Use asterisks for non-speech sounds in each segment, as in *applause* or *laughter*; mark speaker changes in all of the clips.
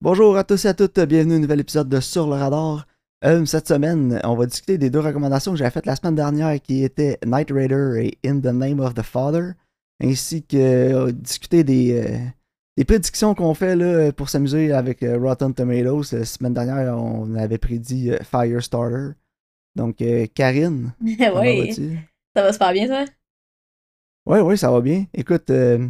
Speaker 1: Bonjour à tous et à toutes, bienvenue à un nouvel épisode de Sur le Radar. Euh, cette semaine, on va discuter des deux recommandations que j'avais faites la semaine dernière qui étaient Night Raider et In the Name of the Father, ainsi que euh, discuter des, euh, des prédictions qu'on fait là, pour s'amuser avec euh, Rotten Tomatoes. La semaine dernière, on avait prédit euh, Firestarter. Donc, euh, Karine,
Speaker 2: *laughs*
Speaker 1: comment
Speaker 2: oui,
Speaker 1: vas-tu?
Speaker 2: ça va super bien, toi?
Speaker 1: Oui, oui, ça va bien. Écoute, euh,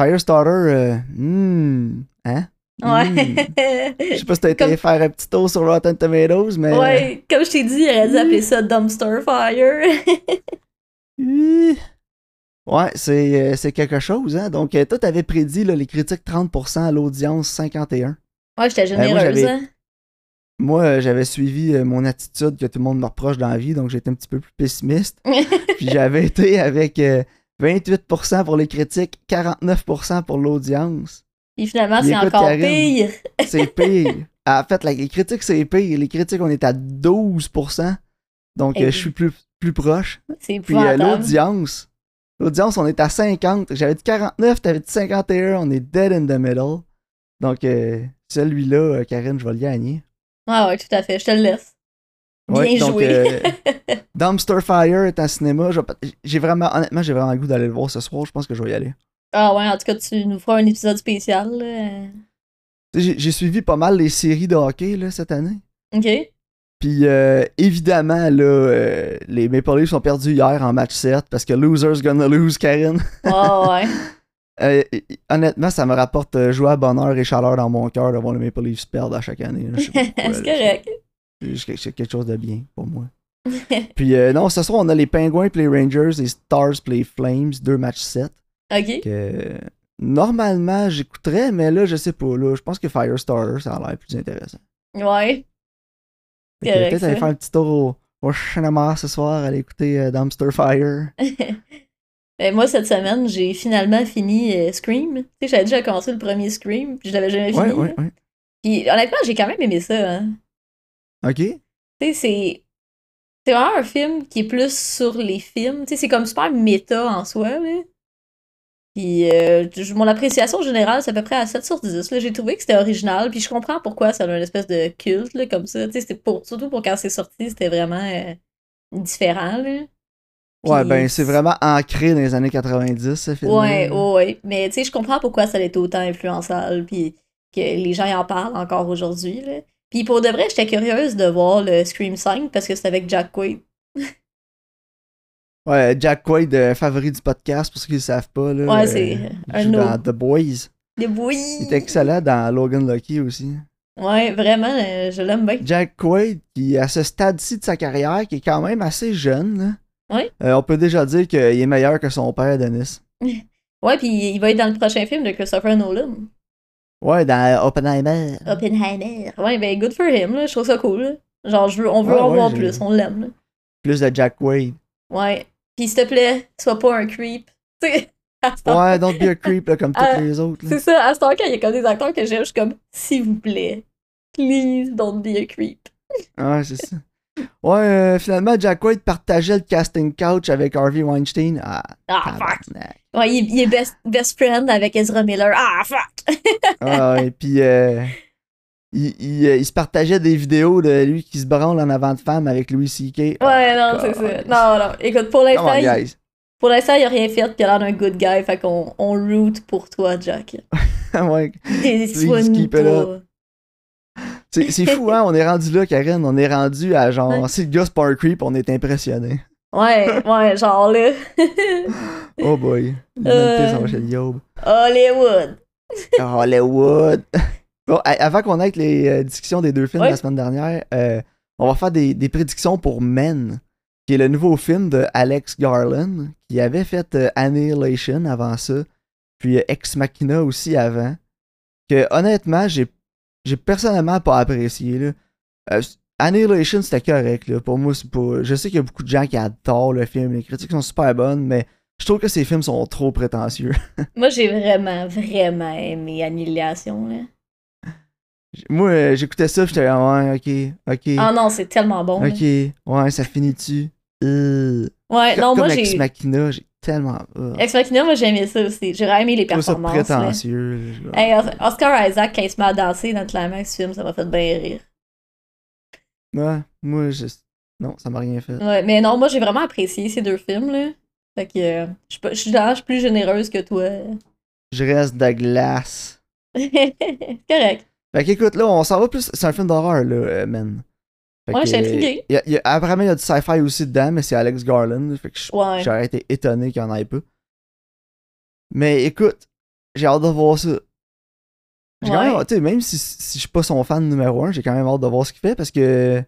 Speaker 1: Firestarter, euh, hmm, hein?
Speaker 2: *laughs*
Speaker 1: Hmm.
Speaker 2: Ouais.
Speaker 1: Je sais pas si t'as été
Speaker 2: Comme-
Speaker 1: faire un petit tour sur Rotten Tomatoes, mais.
Speaker 2: ouais, comme je t'ai dit, il aurait dû appeler ça Dumpster Fire. *laughs*
Speaker 1: Hi. euh, Ouais, c'est euh, c'est quelque chose, hein. Donc, euh, toi, t'avais prédit là, les critiques 30%, l'audience 51%.
Speaker 2: ouais, j'étais
Speaker 1: Eh, moi,
Speaker 2: généreuse.
Speaker 1: j'avais-
Speaker 2: hein.
Speaker 1: Moi, euh, j'avais suivi euh, mon attitude que tout le monde me reproche dans la vie, donc j'étais un petit peu plus
Speaker 2: *laughs*
Speaker 1: pessimiste.
Speaker 2: hein.
Speaker 1: Puis j'avais été avec euh, 28% pour les critiques, 49% pour l'audience.
Speaker 2: Et finalement,
Speaker 1: Mais
Speaker 2: c'est
Speaker 1: écoute,
Speaker 2: encore
Speaker 1: Karine.
Speaker 2: pire. *laughs*
Speaker 1: C'est pire. Ah, En fait, la- les critiques, c'est pire. Les critiques, on est à 12%. Donc, euh,
Speaker 2: Hey.
Speaker 1: je suis plus, plus proche.
Speaker 2: C'est
Speaker 1: Puis euh,
Speaker 2: épouvantable.
Speaker 1: l'audience, l'audience, on est à 50. J'avais dit 49, t'avais dit 51. On est dead in the middle. Donc, euh, celui-là, euh, Karine, je vais le gagner.
Speaker 2: Ah, Ouais, ouais, tout à fait, je te le laisse.
Speaker 1: Ouais,
Speaker 2: Bien
Speaker 1: donc,
Speaker 2: joué.
Speaker 1: euh,
Speaker 2: *laughs*
Speaker 1: Dumpster Fire est en cinéma. Je vais pas- J'ai vraiment, honnêtement, j'ai vraiment le goût d'aller le voir ce soir. Je pense que je vais y aller.
Speaker 2: Ah ouais, en tout cas, tu nous feras un épisode spécial. là.
Speaker 1: Tu sais, J'ai j'ai suivi pas mal les séries de hockey là, cette année.
Speaker 2: Ok.
Speaker 1: Puis euh, évidemment, là, euh, les Maple Leafs ont perdu hier en match 7 parce que loser's gonna lose, Karine. *laughs*
Speaker 2: Ah ouais. *laughs*
Speaker 1: Euh, et- et- honnêtement, ça me rapporte euh, joie, bonheur et chaleur dans mon cœur de voir les Maple Leafs perdre à chaque année. là. Je sais pas pourquoi,
Speaker 2: c'est
Speaker 1: là.
Speaker 2: correct.
Speaker 1: C'est- C'est c'est quelque chose de bien pour
Speaker 2: *laughs*
Speaker 1: moi. Puis euh, non, ce soir, on a les Penguins puis les Rangers, les Stars puis les Flames, deux matchs 7.
Speaker 2: Ok.
Speaker 1: Que, normalement, j'écouterais, mais là, je sais pas. Là, je pense que Firestarter, ça a l'air plus intéressant.
Speaker 2: Ouais.
Speaker 1: Fait que
Speaker 2: Correct,
Speaker 1: Peut-être aller
Speaker 2: ça.
Speaker 1: faire un petit tour au, au cinéma ce soir, aller écouter euh, Dumpster Fire.
Speaker 2: *laughs* Ben, moi, cette semaine, j'ai finalement fini euh, Scream. Tu sais, j'avais déjà commencé le premier Scream, puis je l'avais jamais fini.
Speaker 1: Ouais, ouais,
Speaker 2: là.
Speaker 1: ouais.
Speaker 2: Puis honnêtement, j'ai quand même aimé ça. hein.
Speaker 1: Ok.
Speaker 2: Tu sais, c'est. C'est vraiment un film qui est plus sur les films. Tu sais, c'est comme super méta en soi, là. Puis euh, je- mon appréciation générale, c'est à peu près à 7 sur 10. là. J'ai trouvé que c'était original, puis je comprends pourquoi ça a une espèce de culte, là, comme ça. Tu sais, c'était pour... surtout pour quand c'est sorti, c'était vraiment euh, différent, là.
Speaker 1: Ouais,
Speaker 2: Puis-
Speaker 1: ben c'est vraiment ancré dans les années 90, ce film.
Speaker 2: Ouais, ouais, ouais. Mais tu sais, je comprends pourquoi ça a été autant influençable, puis que les gens y en parlent encore aujourd'hui, là. Puis pour de vrai, j'étais curieuse de voir le Scream 5 parce que c'était avec Jack Quaid.
Speaker 1: Ouais, Jack Quaid, euh, favori du podcast, pour ceux qui ne le savent pas. Là, euh,
Speaker 2: Ouais, c'est
Speaker 1: il
Speaker 2: un
Speaker 1: joue dans
Speaker 2: autre.
Speaker 1: The Boys.
Speaker 2: Les bruits.
Speaker 1: Il est excellent dans Logan Lucky aussi.
Speaker 2: Ouais, vraiment, euh, je l'aime bien.
Speaker 1: Jack Quaid, qui à ce stade-ci de sa carrière, qui est quand même assez jeune, là,
Speaker 2: Ouais.
Speaker 1: euh, on peut déjà dire qu'il est meilleur que son père, Dennis.
Speaker 2: Ouais, puis il va être dans le prochain film de Christopher Nolan,
Speaker 1: Ouais, dans euh, Oppenheimer.
Speaker 2: Oppenheimer. Ouais, ben good for him, là. Je trouve ça cool, là. Genre, je veux, on veut
Speaker 1: Ah, Ouais,
Speaker 2: en
Speaker 1: ouais,
Speaker 2: voir
Speaker 1: j'ai-
Speaker 2: plus, on l'aime, là.
Speaker 1: Plus de Jack Quaid.
Speaker 2: Ouais. Puis s'il te plaît, sois pas un creep. *laughs* Tu sais, à ce temps-
Speaker 1: Ouais, don't be a creep, là, comme tous
Speaker 2: *laughs* Ah,
Speaker 1: les autres. là.
Speaker 2: C'est ça, à ce temps quand il y a comme des acteurs que j'aime, je suis comme, s'il vous plaît, please don't be a creep.
Speaker 1: Ouais, c'est ça. Ouais, euh, finalement, Jack Quaid partageait le casting couch avec Harvey Weinstein. Ah,
Speaker 2: Ah, fuck.
Speaker 1: tabarnak.
Speaker 2: Ouais, il, il est best, best friend avec Ezra Miller. Ah, fuck.
Speaker 1: Ah, et puis, euh, il, il, euh, il se partageait des vidéos de lui qui se branle en avant de femme avec Louis C.K.
Speaker 2: Ouais,
Speaker 1: Ah,
Speaker 2: non, c'est ça.
Speaker 1: God.
Speaker 2: Non, non. Écoute, pour
Speaker 1: Come
Speaker 2: l'instant,
Speaker 1: on,
Speaker 2: il-
Speaker 1: guys. *laughs*
Speaker 2: Pour l'instant, il a rien fait, puis il a l'air d'un good guy, fait qu'on on root pour toi, Jack.
Speaker 1: Ah, Ouais.
Speaker 2: Et
Speaker 1: keep it
Speaker 2: soigne-toi.
Speaker 1: C'est c'est fou, hein? On est rendu là, Karen. On est rendu à genre,
Speaker 2: Ouais.
Speaker 1: si le gars c'est pas un creep, on est impressionné.
Speaker 2: Ouais, ouais, genre là. *laughs*
Speaker 1: Oh boy. L'humanité
Speaker 2: Euh.
Speaker 1: s'en va chez le yob.
Speaker 2: Hollywood.
Speaker 1: Hollywood. *laughs* Bon, a- avant qu'on aille avec les euh, discussions des deux films de
Speaker 2: Ouais.
Speaker 1: la semaine dernière, euh, on va faire des, des prédictions pour Men, qui est le nouveau film de Alex Garland, qui avait fait euh, Annihilation avant ça, puis euh, Ex Machina aussi avant, que honnêtement, j'ai j'ai personnellement pas apprécié. là. Euh, c- Annihilation, c'était correct. Là. Pour moi, c'est pas... je sais qu'il y a beaucoup de gens qui adorent le film, les critiques sont super bonnes, mais je trouve que ces films sont trop prétentieux.
Speaker 2: Moi, j'ai vraiment, vraiment aimé Annihilation, là.
Speaker 1: J- Moi, euh, j'écoutais ça, j'étais comme, ouais, ok, ok,
Speaker 2: Ah non, c'est tellement bon. là.
Speaker 1: ok, ouais, ça finit-tu. Euh.
Speaker 2: Ouais,
Speaker 1: Co-
Speaker 2: Eh, non,
Speaker 1: Comme
Speaker 2: moi,
Speaker 1: Ex
Speaker 2: j'ai.
Speaker 1: Machina, j'ai tellement. euh,
Speaker 2: Ex Machina, Eh, moi j'ai aimé ça aussi. J'ai vraiment aimé les
Speaker 1: je trouve ça
Speaker 2: performances. là.
Speaker 1: prétentieux. là.
Speaker 2: Hey, Os- Oscar Isaac, quand il se met à danser dans le climax du film, ça m'a fait bien rire.
Speaker 1: Ouais, moi, je... non, ça m'a rien fait.
Speaker 2: Ouais, mais non, moi j'ai vraiment apprécié ces deux films là. Fait que euh, je suis pas- je suis genre, je suis plus généreuse que toi. *laughs*
Speaker 1: Je reste de glace.
Speaker 2: C'est correct.
Speaker 1: Fait qu'écoute, là, on s'en va plus. C'est un film d'horreur, là, euh, man. Fait
Speaker 2: Ouais,
Speaker 1: que,
Speaker 2: j'étais
Speaker 1: euh,
Speaker 2: intriguée.
Speaker 1: y a- y a- apparemment, il y a du sci-fi aussi dedans, mais c'est Alex Garland. Fait que je-
Speaker 2: Ouais.
Speaker 1: j'aurais été étonné qu'il y en ait peu. Mais écoute, j'ai hâte de voir ça. J'ai quand même,
Speaker 2: Ouais.
Speaker 1: tu sais, même si, si je suis pas son fan numéro un, j'ai quand même hâte de voir ce qu'il fait parce que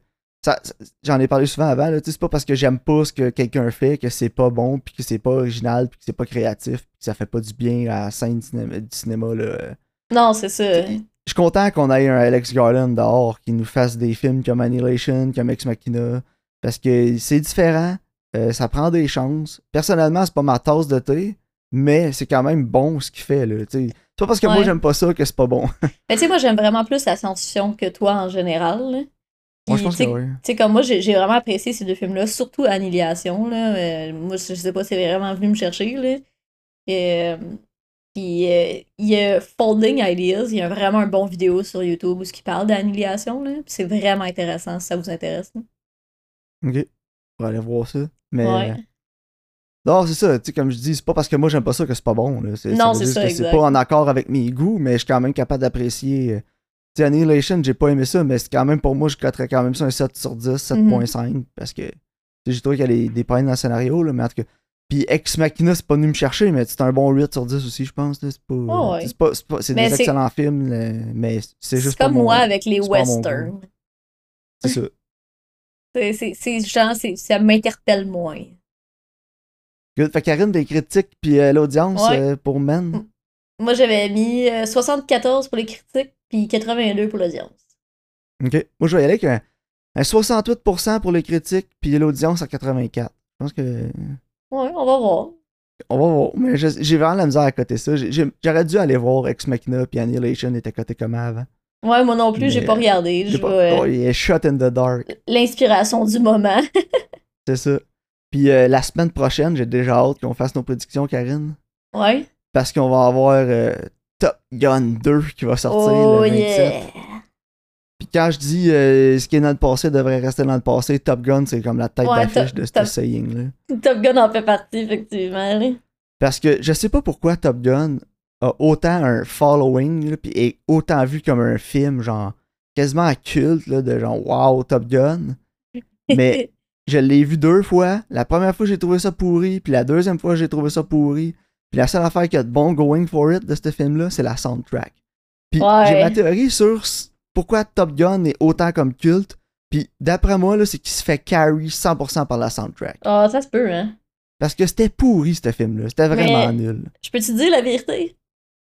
Speaker 1: ça, ça- j'en ai parlé souvent avant. là, tu sais, C'est pas parce que j'aime pas ce que quelqu'un fait que c'est pas bon, puis que c'est pas original, puis que c'est pas créatif, puis que ça fait pas du bien à la scène cinéma- du cinéma. Là. euh,
Speaker 2: Non, c'est ça.
Speaker 1: Je suis content qu'on ait un Alex Garland dehors qui nous fasse des films comme Annihilation, comme Ex Machina, parce que c'est différent, euh, ça prend des chances. Personnellement, c'est pas ma tasse de thé, mais c'est quand même bon ce qu'il fait. Là, tu sais. c'est pas parce que moi
Speaker 2: Ouais.
Speaker 1: j'aime pas ça que c'est pas bon.
Speaker 2: Mais tu sais, moi j'aime vraiment plus la science-fiction que toi en général. là.
Speaker 1: moi,
Speaker 2: Puis,
Speaker 1: je pense
Speaker 2: tu
Speaker 1: que
Speaker 2: sais,
Speaker 1: oui.
Speaker 2: Tu sais, comme moi, j'ai j'ai vraiment apprécié ces deux films-là, surtout Annihilation, là. Euh, moi, je je sais pas, c'est vraiment venu me chercher, là. Euh, puis, euh, il y a Folding Ideas, il y a vraiment un bon vidéo sur YouTube où ce qui parle d'annihilation, là. Puis c'est vraiment intéressant si ça vous intéresse. là.
Speaker 1: Ok. On va aller voir ça. Mais.
Speaker 2: Ouais.
Speaker 1: Non, c'est ça. Tu sais, comme je dis, c'est pas parce que moi j'aime pas ça que c'est pas bon. Là. C'est,
Speaker 2: Non,
Speaker 1: veut
Speaker 2: c'est
Speaker 1: dire
Speaker 2: ça,
Speaker 1: que
Speaker 2: exact.
Speaker 1: C'est pas en accord avec mes goûts, mais je suis quand même capable d'apprécier. euh, Tu sais, Annihilation, j'ai pas aimé ça, mais c'est quand même pour moi, je coterais quand même ça un 7 sur 10,
Speaker 2: Mhm.
Speaker 1: 7.5, parce que tu sais, j'ai trouvé qu'il y a des, des pannes dans le scénario, là, mais en tout cas. Puis Ex Machina, c'est pas venu me chercher, mais c'est un bon 8 sur 10 aussi, je pense. là. C'est pas.
Speaker 2: Ah ouais.
Speaker 1: c'est pas- c'est pas- c'est
Speaker 2: Mais
Speaker 1: des
Speaker 2: c'est-
Speaker 1: excellents films, là, mais c'est juste.
Speaker 2: C'est comme
Speaker 1: pas mon-
Speaker 2: moi avec les
Speaker 1: c'est pas mon
Speaker 2: westerns.
Speaker 1: C'est ça.
Speaker 2: C'est- C'est c'est genre, c'est- ça m'interpelle moins.
Speaker 1: Good. Fait Karine, des critiques, puis euh, l'audience
Speaker 2: Ouais.
Speaker 1: euh, pour Men.
Speaker 2: Moi, j'avais mis euh, 74 pour les critiques, puis 82 pour l'audience.
Speaker 1: OK. Moi, je vais y aller avec un, un 68% pour les critiques, puis l'audience à 84. Je pense que.
Speaker 2: Ouais, on va voir.
Speaker 1: On va voir. Mais je- j'ai vraiment la misère à côté ça. J'ai- j'ai- J'aurais dû aller voir Ex Machina, puis Annihilation était coté comment avant.
Speaker 2: Ouais, moi non plus, j'ai
Speaker 1: Mais,
Speaker 2: pas regardé.
Speaker 1: J'ai
Speaker 2: Je
Speaker 1: pas-
Speaker 2: vais- euh,
Speaker 1: oh, il est shot in the dark.
Speaker 2: l'inspiration du moment. *laughs*
Speaker 1: C'est ça. Puis euh, la semaine prochaine, j'ai déjà hâte qu'on fasse nos prédictions, Karine.
Speaker 2: Ouais.
Speaker 1: Parce qu'on va avoir euh, Top Gun 2 qui va sortir
Speaker 2: oh
Speaker 1: le 27.
Speaker 2: yeah.
Speaker 1: Puis quand je dis euh, ce qui est dans le passé devrait rester dans le passé, Top Gun, c'est comme la tête
Speaker 2: Ouais,
Speaker 1: d'affiche
Speaker 2: Top-
Speaker 1: de ce
Speaker 2: Top-
Speaker 1: saying-là.
Speaker 2: *laughs* Top Gun en fait partie, effectivement. là. *laughs*
Speaker 1: Parce que je sais pas pourquoi Top Gun a autant un following, là, puis est autant vu comme un film, genre, quasiment un culte, là, de genre, wow, Top Gun.
Speaker 2: *laughs*
Speaker 1: Mais je l'ai vu deux fois. La première fois, j'ai trouvé ça pourri, puis la deuxième fois, j'ai trouvé ça pourri. Puis la seule affaire qui a de bon going for it de ce film-là, c'est la soundtrack. Puis
Speaker 2: Ouais.
Speaker 1: j'ai ma théorie sur s- pourquoi Top Gun est autant comme culte. Puis d'après moi, là, c'est qu'il se fait carry 100% par la soundtrack.
Speaker 2: Ah, ça se peut, hein.
Speaker 1: Parce que c'était pourri, ce film-là. C'était vraiment
Speaker 2: Mais-
Speaker 1: nul.
Speaker 2: Je peux te dire la vérité?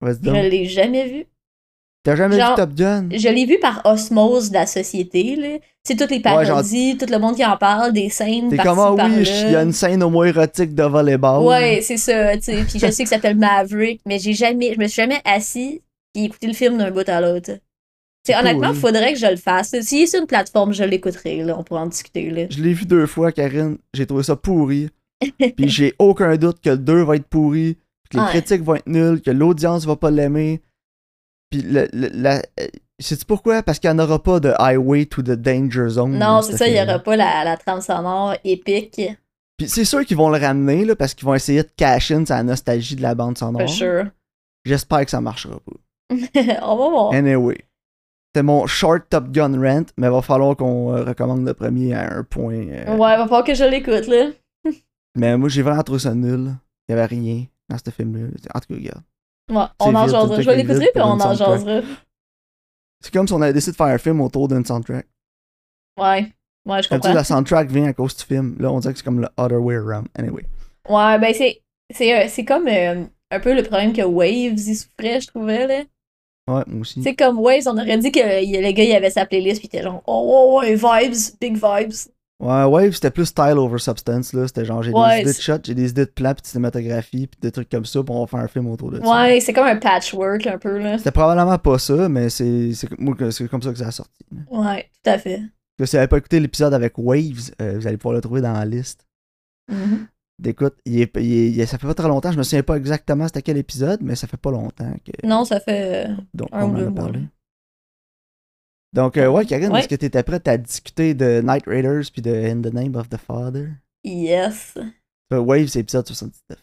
Speaker 1: Vas-y
Speaker 2: Je
Speaker 1: donc.
Speaker 2: l'ai jamais vu.
Speaker 1: T'as jamais
Speaker 2: Genre-
Speaker 1: vu Top Gun?
Speaker 2: Je l'ai vu par osmose de la société, là. C'est toutes les parodies, tout le monde qui en parle, des scènes
Speaker 1: T'es
Speaker 2: par-ci,
Speaker 1: comme, ah
Speaker 2: par-là.
Speaker 1: oui, il y a une scène homo-érotique de volleyball.
Speaker 2: Ouais, c'est ça, tu sais. Puis je sais que ça s'appelle Maverick, mais j'ai jamais, je me suis jamais assis et écouté le film d'un bout à l'autre. Tu sais,
Speaker 1: C'est
Speaker 2: honnêtement,
Speaker 1: cool. hein.
Speaker 2: faudrait que je le fasse. Si c'est une plateforme, je l'écouterai, là. On pourra en discuter, là.
Speaker 1: Je l'ai vu deux fois, Karine. J'ai trouvé ça
Speaker 2: *laughs*
Speaker 1: pourri. Puis j'ai aucun doute que le 2 va être pourri, que les
Speaker 2: Ouais.
Speaker 1: critiques vont être nulles, que l'audience va pas l'aimer. Puis le, le- la... euh, Sais-tu pourquoi? Parce qu'il n'y en aura pas de Highway to the Danger Zone.
Speaker 2: Non,
Speaker 1: dans
Speaker 2: c'est
Speaker 1: ce
Speaker 2: ça, il n'y
Speaker 1: film-là.
Speaker 2: aura pas la, la trame sonore épique,
Speaker 1: Puis c'est sûr qu'ils vont le ramener, là, parce qu'ils vont essayer de cash in sur la nostalgie de la bande
Speaker 2: for
Speaker 1: sonore.
Speaker 2: sure. *laughs*
Speaker 1: J'espère que ça marchera pas.
Speaker 2: On va voir.
Speaker 1: Anyway, c'est mon short Top Gun rant, mais va falloir qu'on euh, recommande le premier à un point. euh,
Speaker 2: Ouais, va falloir que je l'écoute, là.
Speaker 1: Mais moi, j'ai vraiment trouvé ça nul. Il y avait rien dans ce film-là. En tout cas, regarde.
Speaker 2: Ouais, on
Speaker 1: C'est
Speaker 2: en
Speaker 1: vite,
Speaker 2: jasera. Je
Speaker 1: checker
Speaker 2: vais l'écouter,
Speaker 1: vite
Speaker 2: puis
Speaker 1: pour
Speaker 2: on
Speaker 1: une
Speaker 2: en
Speaker 1: soundtrack.
Speaker 2: jasera.
Speaker 1: C'est comme si on avait décidé de faire un film autour d'une soundtrack.
Speaker 2: Ouais, ouais, je
Speaker 1: Comme tu dis,
Speaker 2: comprends.
Speaker 1: la soundtrack vient à cause du film. Là, on dirait que c'est comme le other way around. Anyway.
Speaker 2: Ouais, ben c'est, c'est, euh, c'est comme euh, un peu le problème que Waves y souffrait, je trouvais, là.
Speaker 1: Ouais, moi aussi.
Speaker 2: C'est comme Waves, on aurait dit que euh, le gars, il avait sa playlist, puis il était genre, oh, ouais, ouais, vibes, big vibes.
Speaker 1: Ouais, ouais, c'était plus style over substance. là. C'était genre, j'ai
Speaker 2: Ouais,
Speaker 1: des idées de
Speaker 2: c'est-
Speaker 1: shots, j'ai des idées de plans, puis de cinématographie, puis des trucs comme ça, puis on va faire un film autour de ça.
Speaker 2: Ouais, c'est comme un patchwork, un peu, là.
Speaker 1: C'était probablement pas ça, mais c'est c'est- moi, c'est comme ça que ça a sorti.
Speaker 2: Ouais, tout à fait.
Speaker 1: Que si vous n'avez pas écouté l'épisode avec Waves, euh, vous allez pouvoir le trouver dans la liste.
Speaker 2: Mhm.
Speaker 1: d'écoute. Il est- il est- il est- ça fait pas très longtemps, je me souviens pas exactement c'était quel épisode, mais ça fait pas longtemps que,
Speaker 2: Non, ça fait. euh,
Speaker 1: donc,
Speaker 2: Un
Speaker 1: on
Speaker 2: ou
Speaker 1: en
Speaker 2: deux
Speaker 1: a
Speaker 2: mois,
Speaker 1: parlé.
Speaker 2: là.
Speaker 1: Donc, euh, ouais, Karine,
Speaker 2: Ouais.
Speaker 1: est-ce que tu étais prête à discuter de Night Raiders puis de In the Name of the Father?
Speaker 2: Yes.
Speaker 1: Euh, Waves, c'est épisode 79.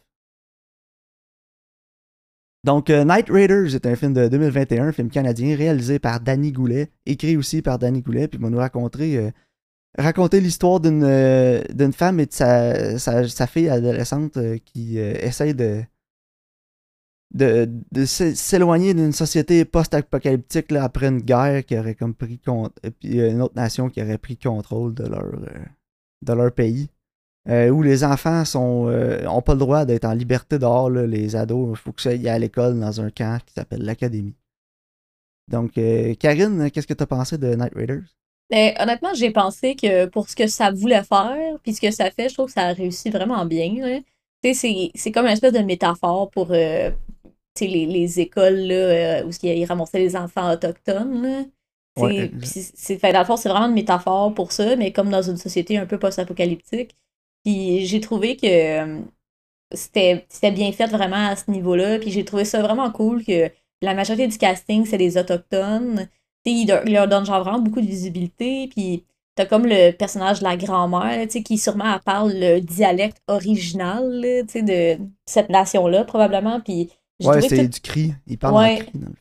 Speaker 1: Donc, euh, Night Raiders est un film de 2021, un film canadien, réalisé par Danny Goulet, écrit aussi par Danny Goulet, puis il va nous raconter, euh, raconter l'histoire d'une euh, d'une femme et de sa, sa, sa fille adolescente euh, qui euh, essaie de, de, de s'é- s'éloigner d'une société post-apocalyptique là, après une guerre qui aurait comme pris compte, puis euh, une autre nation qui aurait pris contrôle de leur, euh, de leur pays euh, où les enfants sont euh, ont pas le droit d'être en liberté dehors, là, les ados. Il faut que ça aille à l'école dans un camp qui s'appelle l'Académie. Donc, euh, Karine, qu'est-ce que t'as pensé de Night Raiders?
Speaker 2: Mais Ben, honnêtement, j'ai pensé que pour ce que ça voulait faire, puis ce que ça fait, je trouve que ça a réussi vraiment bien. là. Tu sais, c'est- c'est comme une espèce de métaphore pour euh, tu sais, les, les écoles là, euh, où ils ramassaient les enfants autochtones. là. Tu sais,
Speaker 1: Ouais, exact.
Speaker 2: puis c'est- c'est- fait, dans le fond, c'est vraiment une métaphore pour ça, mais comme dans une société un peu post-apocalyptique. Puis j'ai trouvé que euh, c'était c'était bien fait vraiment à ce niveau-là. Puis j'ai trouvé ça vraiment cool que la majorité du casting, c'est des autochtones. Tu sais, il, leur- il leur donne genre vraiment beaucoup de visibilité. Puis t'as comme le personnage de la grand-mère, là, tu sais, qui sûrement elle parle le dialecte original, là, tu sais, de cette nation-là, probablement. Puis j'ai
Speaker 1: Ouais,
Speaker 2: trouvé que
Speaker 1: c'est
Speaker 2: tout-
Speaker 1: du cri. Il parle
Speaker 2: Ouais.
Speaker 1: en cri. dans le-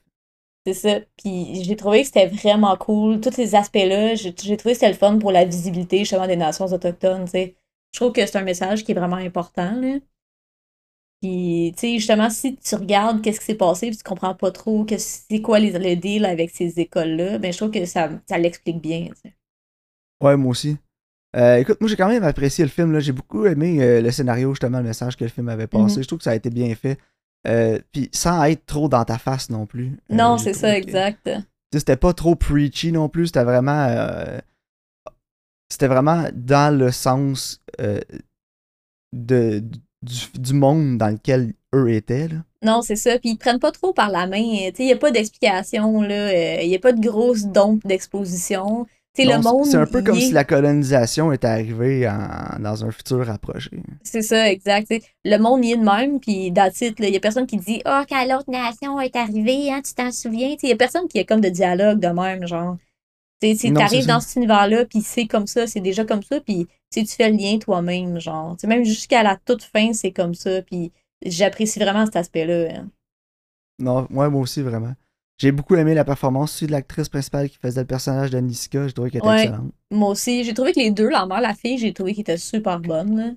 Speaker 2: c'est ça. Puis j'ai trouvé que c'était vraiment cool. Tous ces aspects-là, j'ai j'ai trouvé que c'était le fun pour la visibilité, justement, des nations autochtones, tu sais. Je trouve que c'est un message qui est vraiment important, là. Puis, tu sais, justement, si tu regardes qu'est-ce qui s'est passé, puis tu comprends pas trop que c'est quoi les, le deal avec ces écoles-là, ben je trouve que ça, ça l'explique bien, tu sais.
Speaker 1: Ouais, moi aussi. Euh, écoute, moi j'ai quand même apprécié le film. là. J'ai beaucoup aimé euh, le scénario, justement, le message que le film avait passé.
Speaker 2: Mhm.
Speaker 1: Je trouve que ça a été bien fait. Euh, Puis sans être trop dans ta face non plus. Euh,
Speaker 2: Non,
Speaker 1: j'ai
Speaker 2: c'est
Speaker 1: trouvé
Speaker 2: ça,
Speaker 1: que-
Speaker 2: exact.
Speaker 1: Tu sais, c'était pas trop preachy non plus, c'était vraiment. euh, c'était vraiment dans le sens euh, de, du, du monde dans lequel eux étaient. Là.
Speaker 2: Non, c'est ça. Puis ils te prennent pas trop par la main. Il n'y a pas d'explication, là. Euh, Il n'y a pas de grosse dompe d'exposition. Tu sais, le
Speaker 1: Donc, c'est-
Speaker 2: monde.
Speaker 1: C'est un peu
Speaker 2: il
Speaker 1: comme
Speaker 2: est-
Speaker 1: si la colonisation était arrivée en- dans un futur rapproché.
Speaker 2: C'est ça, exact. tu sais. Le monde y est de même, puis dans le titre, il y a personne qui dit Ah, quand l'autre nation est arrivée, hein, tu t'en souviens? Il y a personne qui a comme de dialogue de même, genre. Tu sais,
Speaker 1: Non, c'est
Speaker 2: t'arrives
Speaker 1: ça.
Speaker 2: dans cet univers-là, puis c'est comme ça, c'est déjà comme ça, puis tu sais, tu fais le lien toi-même, genre. Tu sais, même jusqu'à la toute fin, c'est comme ça, puis j'apprécie vraiment cet aspect-là. hein.
Speaker 1: Non, ouais, moi aussi, vraiment. J'ai beaucoup aimé la performance aussi de l'actrice principale qui faisait le personnage d'Aniska. Je trouvais qu'elle était
Speaker 2: Ouais.
Speaker 1: excellente.
Speaker 2: Moi aussi, j'ai trouvé que les deux, la mère, la fille, j'ai trouvé qu'ils étaient super bonnes. là.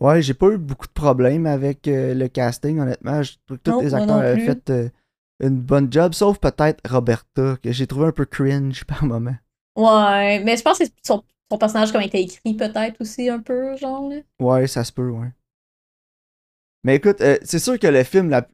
Speaker 1: Ouais, j'ai pas eu beaucoup de problèmes avec euh, le casting, honnêtement. Je trouve que tous
Speaker 2: Non,
Speaker 1: les
Speaker 2: moi
Speaker 1: acteurs
Speaker 2: non
Speaker 1: avaient
Speaker 2: plus.
Speaker 1: fait euh, une bonne job, sauf peut-être Roberta, que j'ai trouvé un peu cringe *laughs* par moment.
Speaker 2: Ouais, mais je pense que c'est son, son personnage, comme il était écrit, peut-être aussi un peu, genre. là.
Speaker 1: Ouais, ça se peut, ouais. Mais écoute, euh, c'est sûr que le film, la-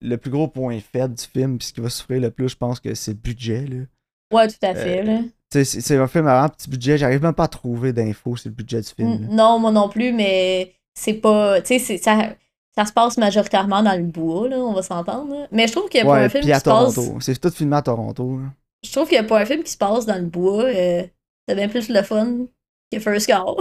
Speaker 1: le plus gros point faible du film, puis ce qui va souffrir le plus, je pense que c'est le budget, là.
Speaker 2: Ouais, tout à fait,
Speaker 1: Euh,
Speaker 2: là.
Speaker 1: Tu sais, C'est c'est un film à vraiment petit budget, j'arrive même pas à trouver d'infos sur le budget du film. là.
Speaker 2: Mm, Non, moi non plus, mais c'est pas. Tu sais, c'est- ça, ça se passe majoritairement dans le bois, là, on va s'entendre. là. Mais je trouve que pour
Speaker 1: Ouais,
Speaker 2: un film
Speaker 1: puis
Speaker 2: qui
Speaker 1: à
Speaker 2: se passe.
Speaker 1: Toronto. C'est tout filmé à Toronto. là.
Speaker 2: Je trouve que pour un film qui se passe dans le bois, euh, c'est bien plus le fun que First Call.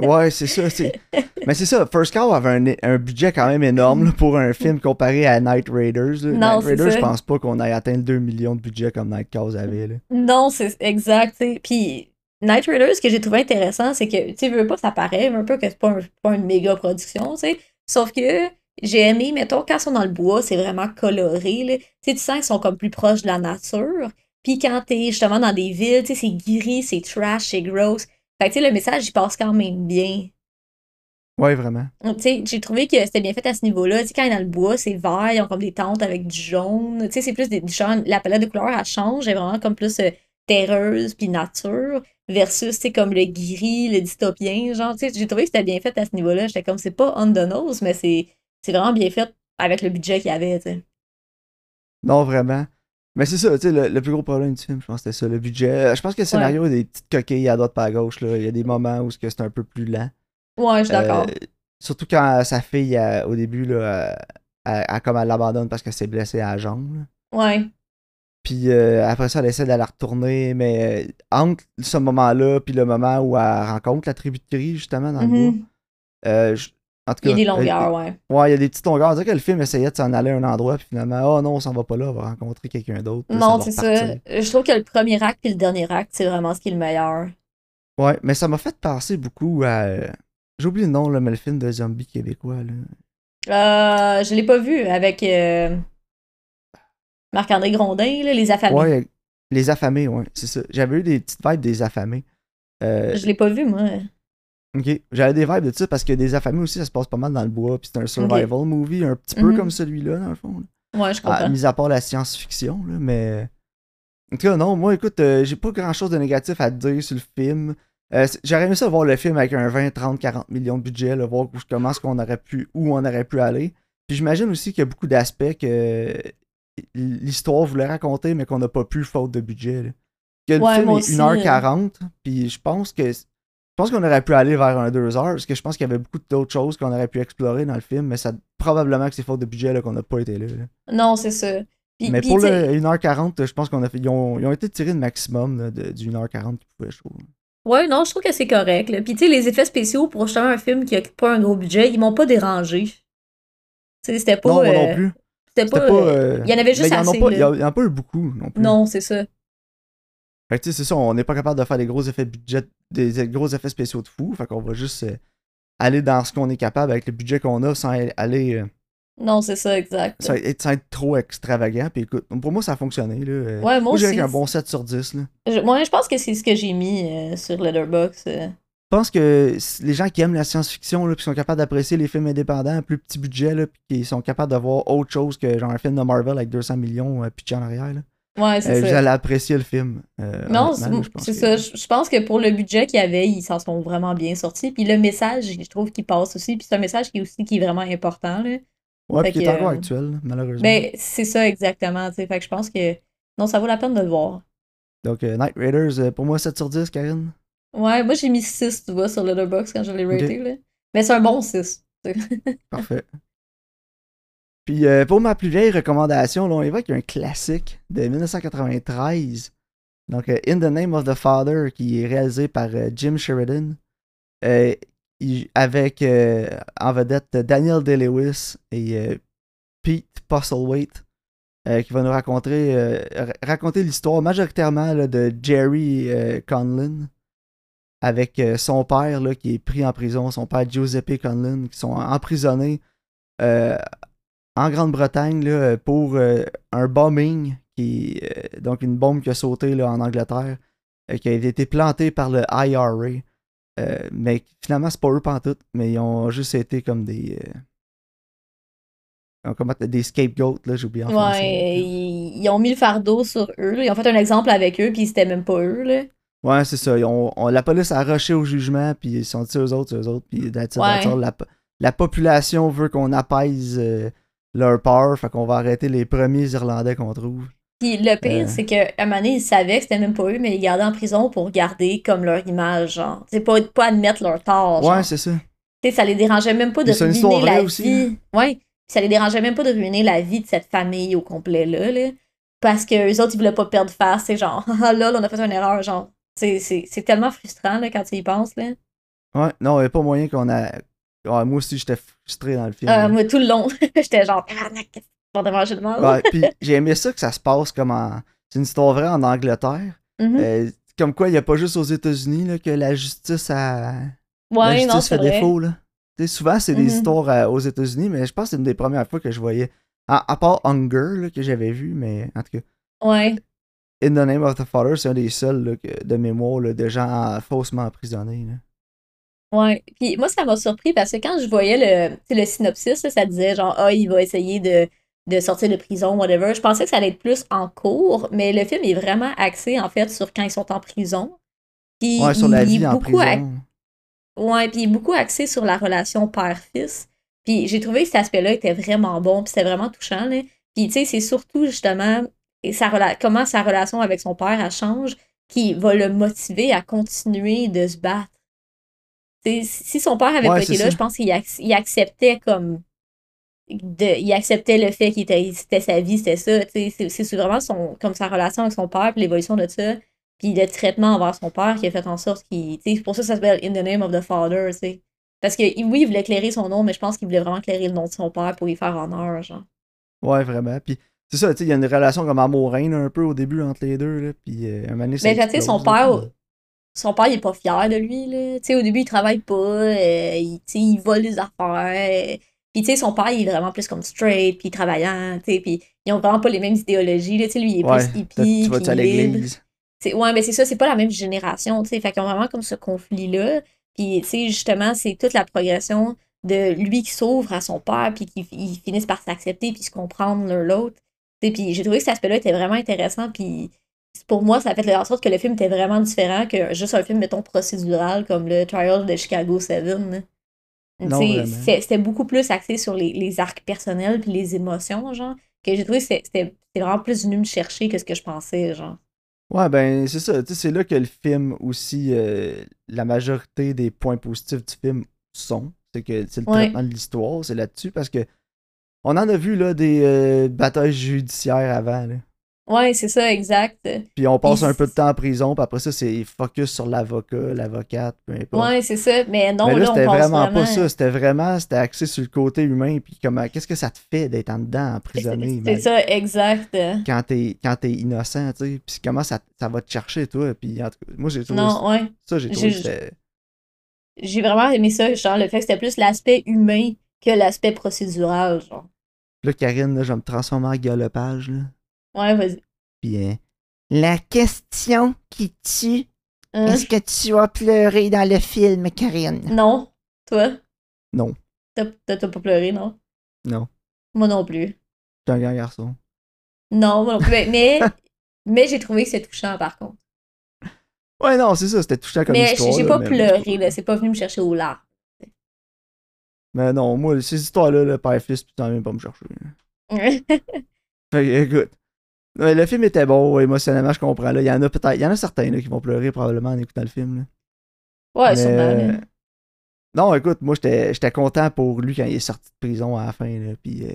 Speaker 1: Ouais, c'est ça. c'est- Mais c'est ça, First Call avait un, un budget quand même énorme là, pour un film comparé à Night Raiders. là.
Speaker 2: Non,
Speaker 1: Night
Speaker 2: c'est
Speaker 1: Raiders,
Speaker 2: ça.
Speaker 1: je pense pas qu'on ait atteint le 2 millions de budget comme Night Cause avait. là.
Speaker 2: Non, c'est exact, tu sais. Puis Night Raiders, ce que j'ai trouvé intéressant, c'est que, tu sais, veux pas, ça paraît un peu que c'est pas, un- pas une méga production, tu sais. Sauf que j'ai aimé, mettons, quand ils sont dans le bois, c'est vraiment coloré, là. Tu sais, tu sens qu'ils sont comme plus proches de la nature. Puis quand t'es justement dans des villes, tu sais, c'est gris, c'est trash, c'est gross. Fait que, tu sais, le message, il passe quand même bien.
Speaker 1: Ouais, vraiment.
Speaker 2: Tu sais, j'ai trouvé que c'était bien fait à ce niveau-là. Tu sais, quand il est dans le bois, c'est vert, ils ont comme des tentes avec du jaune. Tu sais, c'est plus des, du jaune. La palette de couleurs, elle change. Elle est vraiment comme plus euh, terreuse puis nature versus, tu sais, comme le gris, le dystopien. Genre, tu sais, j'ai trouvé que c'était bien fait à ce niveau-là. J'étais comme, c'est pas on the nose, mais c'est c'est vraiment bien fait avec le budget qu'il y avait, tu sais.
Speaker 1: Non, vraiment. Mais c'est ça, tu sais, le, le plus gros problème du film, je pense que c'était ça, le budget. Euh, Je pense que le scénario a des petites coquilles à droite pas à gauche. Là. Il y a des moments où ce que c'est un peu plus lent.
Speaker 2: Ouais, je suis d'accord.
Speaker 1: Euh, surtout quand sa fille, elle- au début, là, elle- elle- comme elle l'abandonne parce qu'elle s'est blessée à la jambe. là.
Speaker 2: Ouais.
Speaker 1: Puis euh, après ça, elle essaie de la retourner, mais euh, entre ce moment-là puis le moment où elle rencontre la tribu de Cri, justement, dans le bois,
Speaker 2: Mhm.
Speaker 1: euh, je- En tout
Speaker 2: Il y a des
Speaker 1: euh,
Speaker 2: longueurs, ouais.
Speaker 1: Ouais, il y a des petites longueurs. On dirait que le film essayait de s'en aller à un endroit, puis finalement, oh non, on s'en va pas là, on va rencontrer quelqu'un d'autre. puis
Speaker 2: Non,
Speaker 1: va
Speaker 2: c'est ça.
Speaker 1: repartir.
Speaker 2: Je trouve que le premier acte et le dernier acte, c'est vraiment ce qui est le meilleur.
Speaker 1: Ouais, mais ça m'a fait penser beaucoup à. euh, J'ai oublié le nom, là, mais le film de zombie québécois, là.
Speaker 2: Euh, je l'ai pas vu avec euh, Marc-André Grondin, là, Les Affamés.
Speaker 1: Ouais, les affamés, ouais, c'est ça. J'avais eu des petites vibes des affamés. Euh,
Speaker 2: Je l'ai pas vu, moi.
Speaker 1: ok, j'avais des vibes de ça parce que des affamés aussi, ça se passe pas mal dans le bois, puis c'est un survival movie, un petit peu
Speaker 2: Mhm.
Speaker 1: comme celui-là, dans le fond. là.
Speaker 2: Ouais, je
Speaker 1: Ah,
Speaker 2: comprends.
Speaker 1: mis à part la science-fiction, là, mais. En tout cas, non, moi, écoute, euh, j'ai pas grand-chose de négatif à te dire sur le film. Euh, c'est- J'aurais aimé ça voir le film avec un 20, 30, 40 millions de budget, là, voir où, comment est-ce qu'on aurait pu, où on aurait pu aller. Puis j'imagine aussi qu'il y a beaucoup d'aspects que l'histoire voulait raconter, mais qu'on n'a pas pu faute de budget. là. Que le
Speaker 2: Ouais,
Speaker 1: film
Speaker 2: moi
Speaker 1: est
Speaker 2: aussi, euh.
Speaker 1: 1h40, puis je pense que. Je pense qu'on aurait pu aller vers un 2 heures, parce que je pense qu'il y avait beaucoup d'autres choses qu'on aurait pu explorer dans le film, mais ça probablement que c'est faute de budget là, qu'on n'a pas été là. là.
Speaker 2: Non, c'est ça. Puis,
Speaker 1: Mais
Speaker 2: puis,
Speaker 1: pour
Speaker 2: tu sais-
Speaker 1: le 1h40, je pense qu'on a fait. Ils ont, ils ont été tirés le maximum là, de- du 1h40 qu'ils pouvaient, je trouve.
Speaker 2: Ouais, non, je trouve que c'est correct. là. Puis tu sais, les effets spéciaux pour justement un film qui a pas un gros budget, ils m'ont pas dérangé. Tu sais, c'était pas.
Speaker 1: non, moi
Speaker 2: euh,
Speaker 1: non plus.
Speaker 2: C'était
Speaker 1: C'était
Speaker 2: pas.
Speaker 1: pas.
Speaker 2: euh,
Speaker 1: euh,
Speaker 2: il y en avait
Speaker 1: mais
Speaker 2: juste
Speaker 1: ils en ont
Speaker 2: assez.
Speaker 1: pas-
Speaker 2: là.
Speaker 1: Il y en- il y en a pas eu beaucoup non plus.
Speaker 2: Non, c'est ça.
Speaker 1: Fait que tu sais, c'est ça, on n'est pas capable de faire des gros effets budget, des des gros effets spéciaux de fou. Fait qu'on va juste euh, aller dans ce qu'on est capable avec le budget qu'on a sans aller. euh,
Speaker 2: Non, c'est ça, exact.
Speaker 1: sans, être, sans être trop extravagant. Puis écoute, pour moi, ça a fonctionné. Là. Euh,
Speaker 2: Ouais, moi
Speaker 1: moi, j'ai
Speaker 2: aussi.
Speaker 1: un bon 7 sur 10. Là.
Speaker 2: Je, moi, je pense que c'est ce que j'ai mis euh, sur Letterboxd. euh.
Speaker 1: Je pense que c- les gens qui aiment la science-fiction, là, puis qui sont capables d'apprécier les films indépendants à plus petit budget, là, puis qui sont capables de voir autre chose que genre un film de Marvel avec 200 millions euh, pitché en arrière, là,
Speaker 2: Ouais, c'est
Speaker 1: euh,
Speaker 2: ça.
Speaker 1: vous allez apprécier le film. euh,
Speaker 2: Non,
Speaker 1: honnêtement, là, je pense
Speaker 2: c'est c'est
Speaker 1: que-
Speaker 2: ça. Je je pense que pour le budget qu'il y avait, ils s'en sont vraiment bien sortis. Puis le message, je trouve qu'il passe aussi. Puis c'est un message qui est aussi qui est vraiment important, là.
Speaker 1: Ouais, puis
Speaker 2: Fait
Speaker 1: qui est
Speaker 2: que,
Speaker 1: encore
Speaker 2: euh,
Speaker 1: actuel, là, malheureusement.
Speaker 2: Ben, c'est ça exactement, tu sais. Fait que je pense que non, ça vaut la peine de le voir.
Speaker 1: Donc, euh, Night Raiders, euh, pour moi, 7 sur 10, Karine.
Speaker 2: Ouais, moi j'ai mis 6, tu vois, sur Letterboxd quand je l'ai raté,
Speaker 1: Ok.
Speaker 2: là. Mais c'est un bon 6.
Speaker 1: Parfait. *laughs* Puis, euh, pour ma plus vieille recommandation, là, on évoque un classique de 1993. Donc, euh, In the Name of the Father, qui est réalisé par euh, Jim Sheridan. Euh, il- avec euh, en vedette euh, Daniel Day-Lewis et euh, Pete Postlewaite, euh, qui va nous raconter, euh, ra- raconter l'histoire majoritairement là, de Jerry euh, Conlon avec euh, son père là, qui est pris en prison, son père Giuseppe Conlon, qui sont emprisonnés euh, en Grande-Bretagne là, pour euh, un bombing, qui, euh, donc une bombe qui a sauté là, en Angleterre, euh, qui a été plantée par le IRA. Euh, mais finalement, c'est pas eux pantoute, mais ils ont juste été comme des. euh, euh, comment t- des scapegoats, là, j'ai oublié en
Speaker 2: Ouais,
Speaker 1: français.
Speaker 2: ils, ils ont mis le fardeau sur eux, là. Ils ont fait un exemple avec eux, puis c'était même pas eux, là.
Speaker 1: Ouais, c'est ça. Ils ont- on- la police a rushé au jugement, puis ils sont dit aux autres, aux autres, puis that's it, that's
Speaker 2: Ouais.
Speaker 1: all. la, po- la population veut qu'on apaise euh, leur peur, fait qu'on va arrêter les premiers Irlandais qu'on trouve.
Speaker 2: Puis le
Speaker 1: Euh.
Speaker 2: pire, c'est qu'à un moment donné, ils savaient que c'était même pas eux, mais ils les gardaient en prison pour garder comme leur image, genre. C'est pas, pas admettre leur tort, genre.
Speaker 1: Ouais, c'est ça.
Speaker 2: Tu sais, ça les dérangeait même pas de
Speaker 1: Mais c'est une histoire
Speaker 2: ruiner la
Speaker 1: vraie aussi, hein.
Speaker 2: vie. Ouais. Ça les dérangeait même pas de ruiner la vie de cette famille au complet là, là. Parce que eux autres, ils voulaient pas perdre face. C'est genre, *laughs* ah là, là, on a fait une erreur. Genre, c'est, c'est, c'est tellement frustrant là, quand tu y penses. Là.
Speaker 1: Ouais, non, il n'y a pas moyen qu'on a. Ouais, moi aussi, j'étais frustré dans le film.
Speaker 2: Euh,
Speaker 1: là.
Speaker 2: moi, tout le long, *laughs* j'étais genre, tabarnak, qu'est-ce qu'on va manger de mal.
Speaker 1: Ouais, puis j'ai aimé ça que ça se passe comme en. C'est une histoire vraie en Angleterre.
Speaker 2: Mhm.
Speaker 1: Euh, comme quoi, il n'y a pas juste aux États-Unis là, que la justice a. la
Speaker 2: ouais,
Speaker 1: justice fait
Speaker 2: non, c'est vrai.
Speaker 1: défaut, là. Tu sais, souvent, c'est
Speaker 2: Mhm.
Speaker 1: des histoires euh, aux États-Unis, mais je pense que c'est une des premières fois que je voyais. À, à part Hunger, là, que j'avais vu, mais en tout cas.
Speaker 2: Ouais.
Speaker 1: In the Name of the Father, c'est un des seuls là, que- de mémoire là, de gens euh, faussement emprisonnés. là.
Speaker 2: Ouais. Puis moi, ça m'a surpris parce que quand je voyais le, tu sais, le synopsis, là, ça disait genre, ah, il va essayer de, de sortir de prison, whatever. Je pensais que ça allait être plus en cours, mais le film est vraiment axé, en fait, sur quand ils sont en prison. Puis
Speaker 1: Ouais, sur
Speaker 2: il
Speaker 1: la
Speaker 2: est
Speaker 1: vie en
Speaker 2: beaucoup
Speaker 1: prison.
Speaker 2: ac- ouais, puis il est beaucoup axé sur la relation père-fils. Puis j'ai trouvé que cet aspect-là était vraiment bon, puis c'était vraiment touchant, là. Puis tu sais, c'est surtout justement et sa rela- comment sa relation avec son père, elle change, qui va le motiver à continuer de se battre. T'sais, si son père avait
Speaker 1: Ouais,
Speaker 2: pas
Speaker 1: c'est
Speaker 2: été là,
Speaker 1: ça.
Speaker 2: je pense qu'il ac- il acceptait comme. de- il acceptait le fait qu'il était, c'était sa vie, c'était ça. t'sais. C'est c'est vraiment son, comme sa relation avec son père, puis l'évolution de ça, puis le traitement envers son père qui a fait en sorte qu'il. t'sais, C'est pour ça que ça s'appelle In the Name of the Father. t'sais. Parce que oui, il voulait éclairer son nom, mais je pense qu'il voulait vraiment éclairer le nom de son père pour lui faire honneur, genre.
Speaker 1: Ouais, vraiment. Puis c'est ça, tu sais, il y a une relation comme amoureuse un peu au début entre les deux. Là, puis euh, un moment donné, ça
Speaker 2: Mais tu sais, son
Speaker 1: explose,
Speaker 2: père,
Speaker 1: là.
Speaker 2: son père, il est pas fier de lui, là. Tu sais, au début, il travaille pas, euh, il, tu sais, il vole les affaires. euh. Puis, tu sais, son père, il est vraiment plus comme straight, puis travaillant, tu sais, puis ils ont vraiment pas les mêmes idéologies, là. Tu sais, lui, il est
Speaker 1: Ouais,
Speaker 2: plus
Speaker 1: Peut-être
Speaker 2: hippie,
Speaker 1: euh, tu vas-tu à
Speaker 2: puis libre.
Speaker 1: l'église?
Speaker 2: C'est- ouais, mais c'est ça, c'est pas la même génération, tu sais. Fait qu'ils ont vraiment comme ce conflit-là. Puis, tu sais, justement, c'est toute la progression de lui qui s'ouvre à son père, puis qui ils finissent par s'accepter, puis se comprendre l'un l'autre. Tu sais, puis j'ai trouvé que cet aspect-là était vraiment intéressant, puis pour moi, ça a fait en sorte que le film était vraiment différent que juste un film, mettons, procédural, comme le Trial de Chicago 7. là. Tu
Speaker 1: Non,
Speaker 2: sais,
Speaker 1: vraiment.
Speaker 2: C'était c'était beaucoup plus axé sur les, les arcs personnels, puis les émotions, genre, que j'ai trouvé que c'était c'était- c'était vraiment plus venu me chercher que ce que je pensais, genre.
Speaker 1: Ouais, ben c'est ça. tu sais, C'est là que le film aussi, euh, la majorité des points positifs du film sont. C'est que c'est le
Speaker 2: Ouais.
Speaker 1: traitement de l'histoire, c'est là-dessus, parce que on en a vu là des euh, batailles judiciaires avant. Là.
Speaker 2: Ouais, c'est ça, exact.
Speaker 1: Puis on passe
Speaker 2: Puis-
Speaker 1: un peu de temps en prison, puis après ça, c'est focus sur l'avocat, l'avocate, peu importe.
Speaker 2: Ouais, c'est ça. Mais non,
Speaker 1: Mais là,
Speaker 2: là, on
Speaker 1: c'était
Speaker 2: pense
Speaker 1: vraiment,
Speaker 2: vraiment.
Speaker 1: pas
Speaker 2: *laughs*
Speaker 1: ça. C'était vraiment, c'était axé sur le côté humain. Puis comment, qu'est-ce que ça te fait d'être en dedans, emprisonné,
Speaker 2: C'est
Speaker 1: mal-
Speaker 2: ça, exact.
Speaker 1: quand t'es, quand t'es innocent, tu sais. Puis comment ça, ça va te chercher, toi. Puis en tout cas, moi, j'ai trouvé
Speaker 2: Non, ouais.
Speaker 1: ça, j'ai trouvé
Speaker 2: j'ai-
Speaker 1: que c'était-
Speaker 2: J'ai vraiment aimé ça, genre, le fait que c'était plus l'aspect humain que l'aspect procédural, genre.
Speaker 1: Là, Karine, là, je vais me transformer en galopage, là.
Speaker 2: Ouais, vas-y.
Speaker 1: Puis, euh, la question qui tue,
Speaker 2: Hein?
Speaker 1: que tu as pleuré dans le film, Karine?
Speaker 2: *laughs* Non. Toi?
Speaker 1: Non.
Speaker 2: T'as t'as- t'as pas pleuré, non?
Speaker 1: Non.
Speaker 2: Moi non plus.
Speaker 1: T'es un grand garçon.
Speaker 2: Non, moi non plus. Mais,
Speaker 1: *laughs*
Speaker 2: mais, mais j'ai trouvé que c'est touchant, par contre.
Speaker 1: Ouais, non, c'est ça, c'était touchant comme
Speaker 2: mais
Speaker 1: histoire.
Speaker 2: j'ai
Speaker 1: là,
Speaker 2: pas
Speaker 1: mais-
Speaker 2: pleuré, là. C'est pas venu me chercher au lard. *laughs*
Speaker 1: Mais non, moi, ces histoires-là, le père-fils, putain, même pas me chercher. Fait que, écoute. Ouais, le film était bon, ouais, émotionnellement, je comprends. Là. Il y en a peut-être. Il y en a certains là, qui vont pleurer probablement en écoutant le film. là.
Speaker 2: ouais,
Speaker 1: Mais-
Speaker 2: sûrement. là.
Speaker 1: Non, écoute, moi j'étais j'étais content pour lui quand il est sorti de prison à la fin. Là, puis, euh,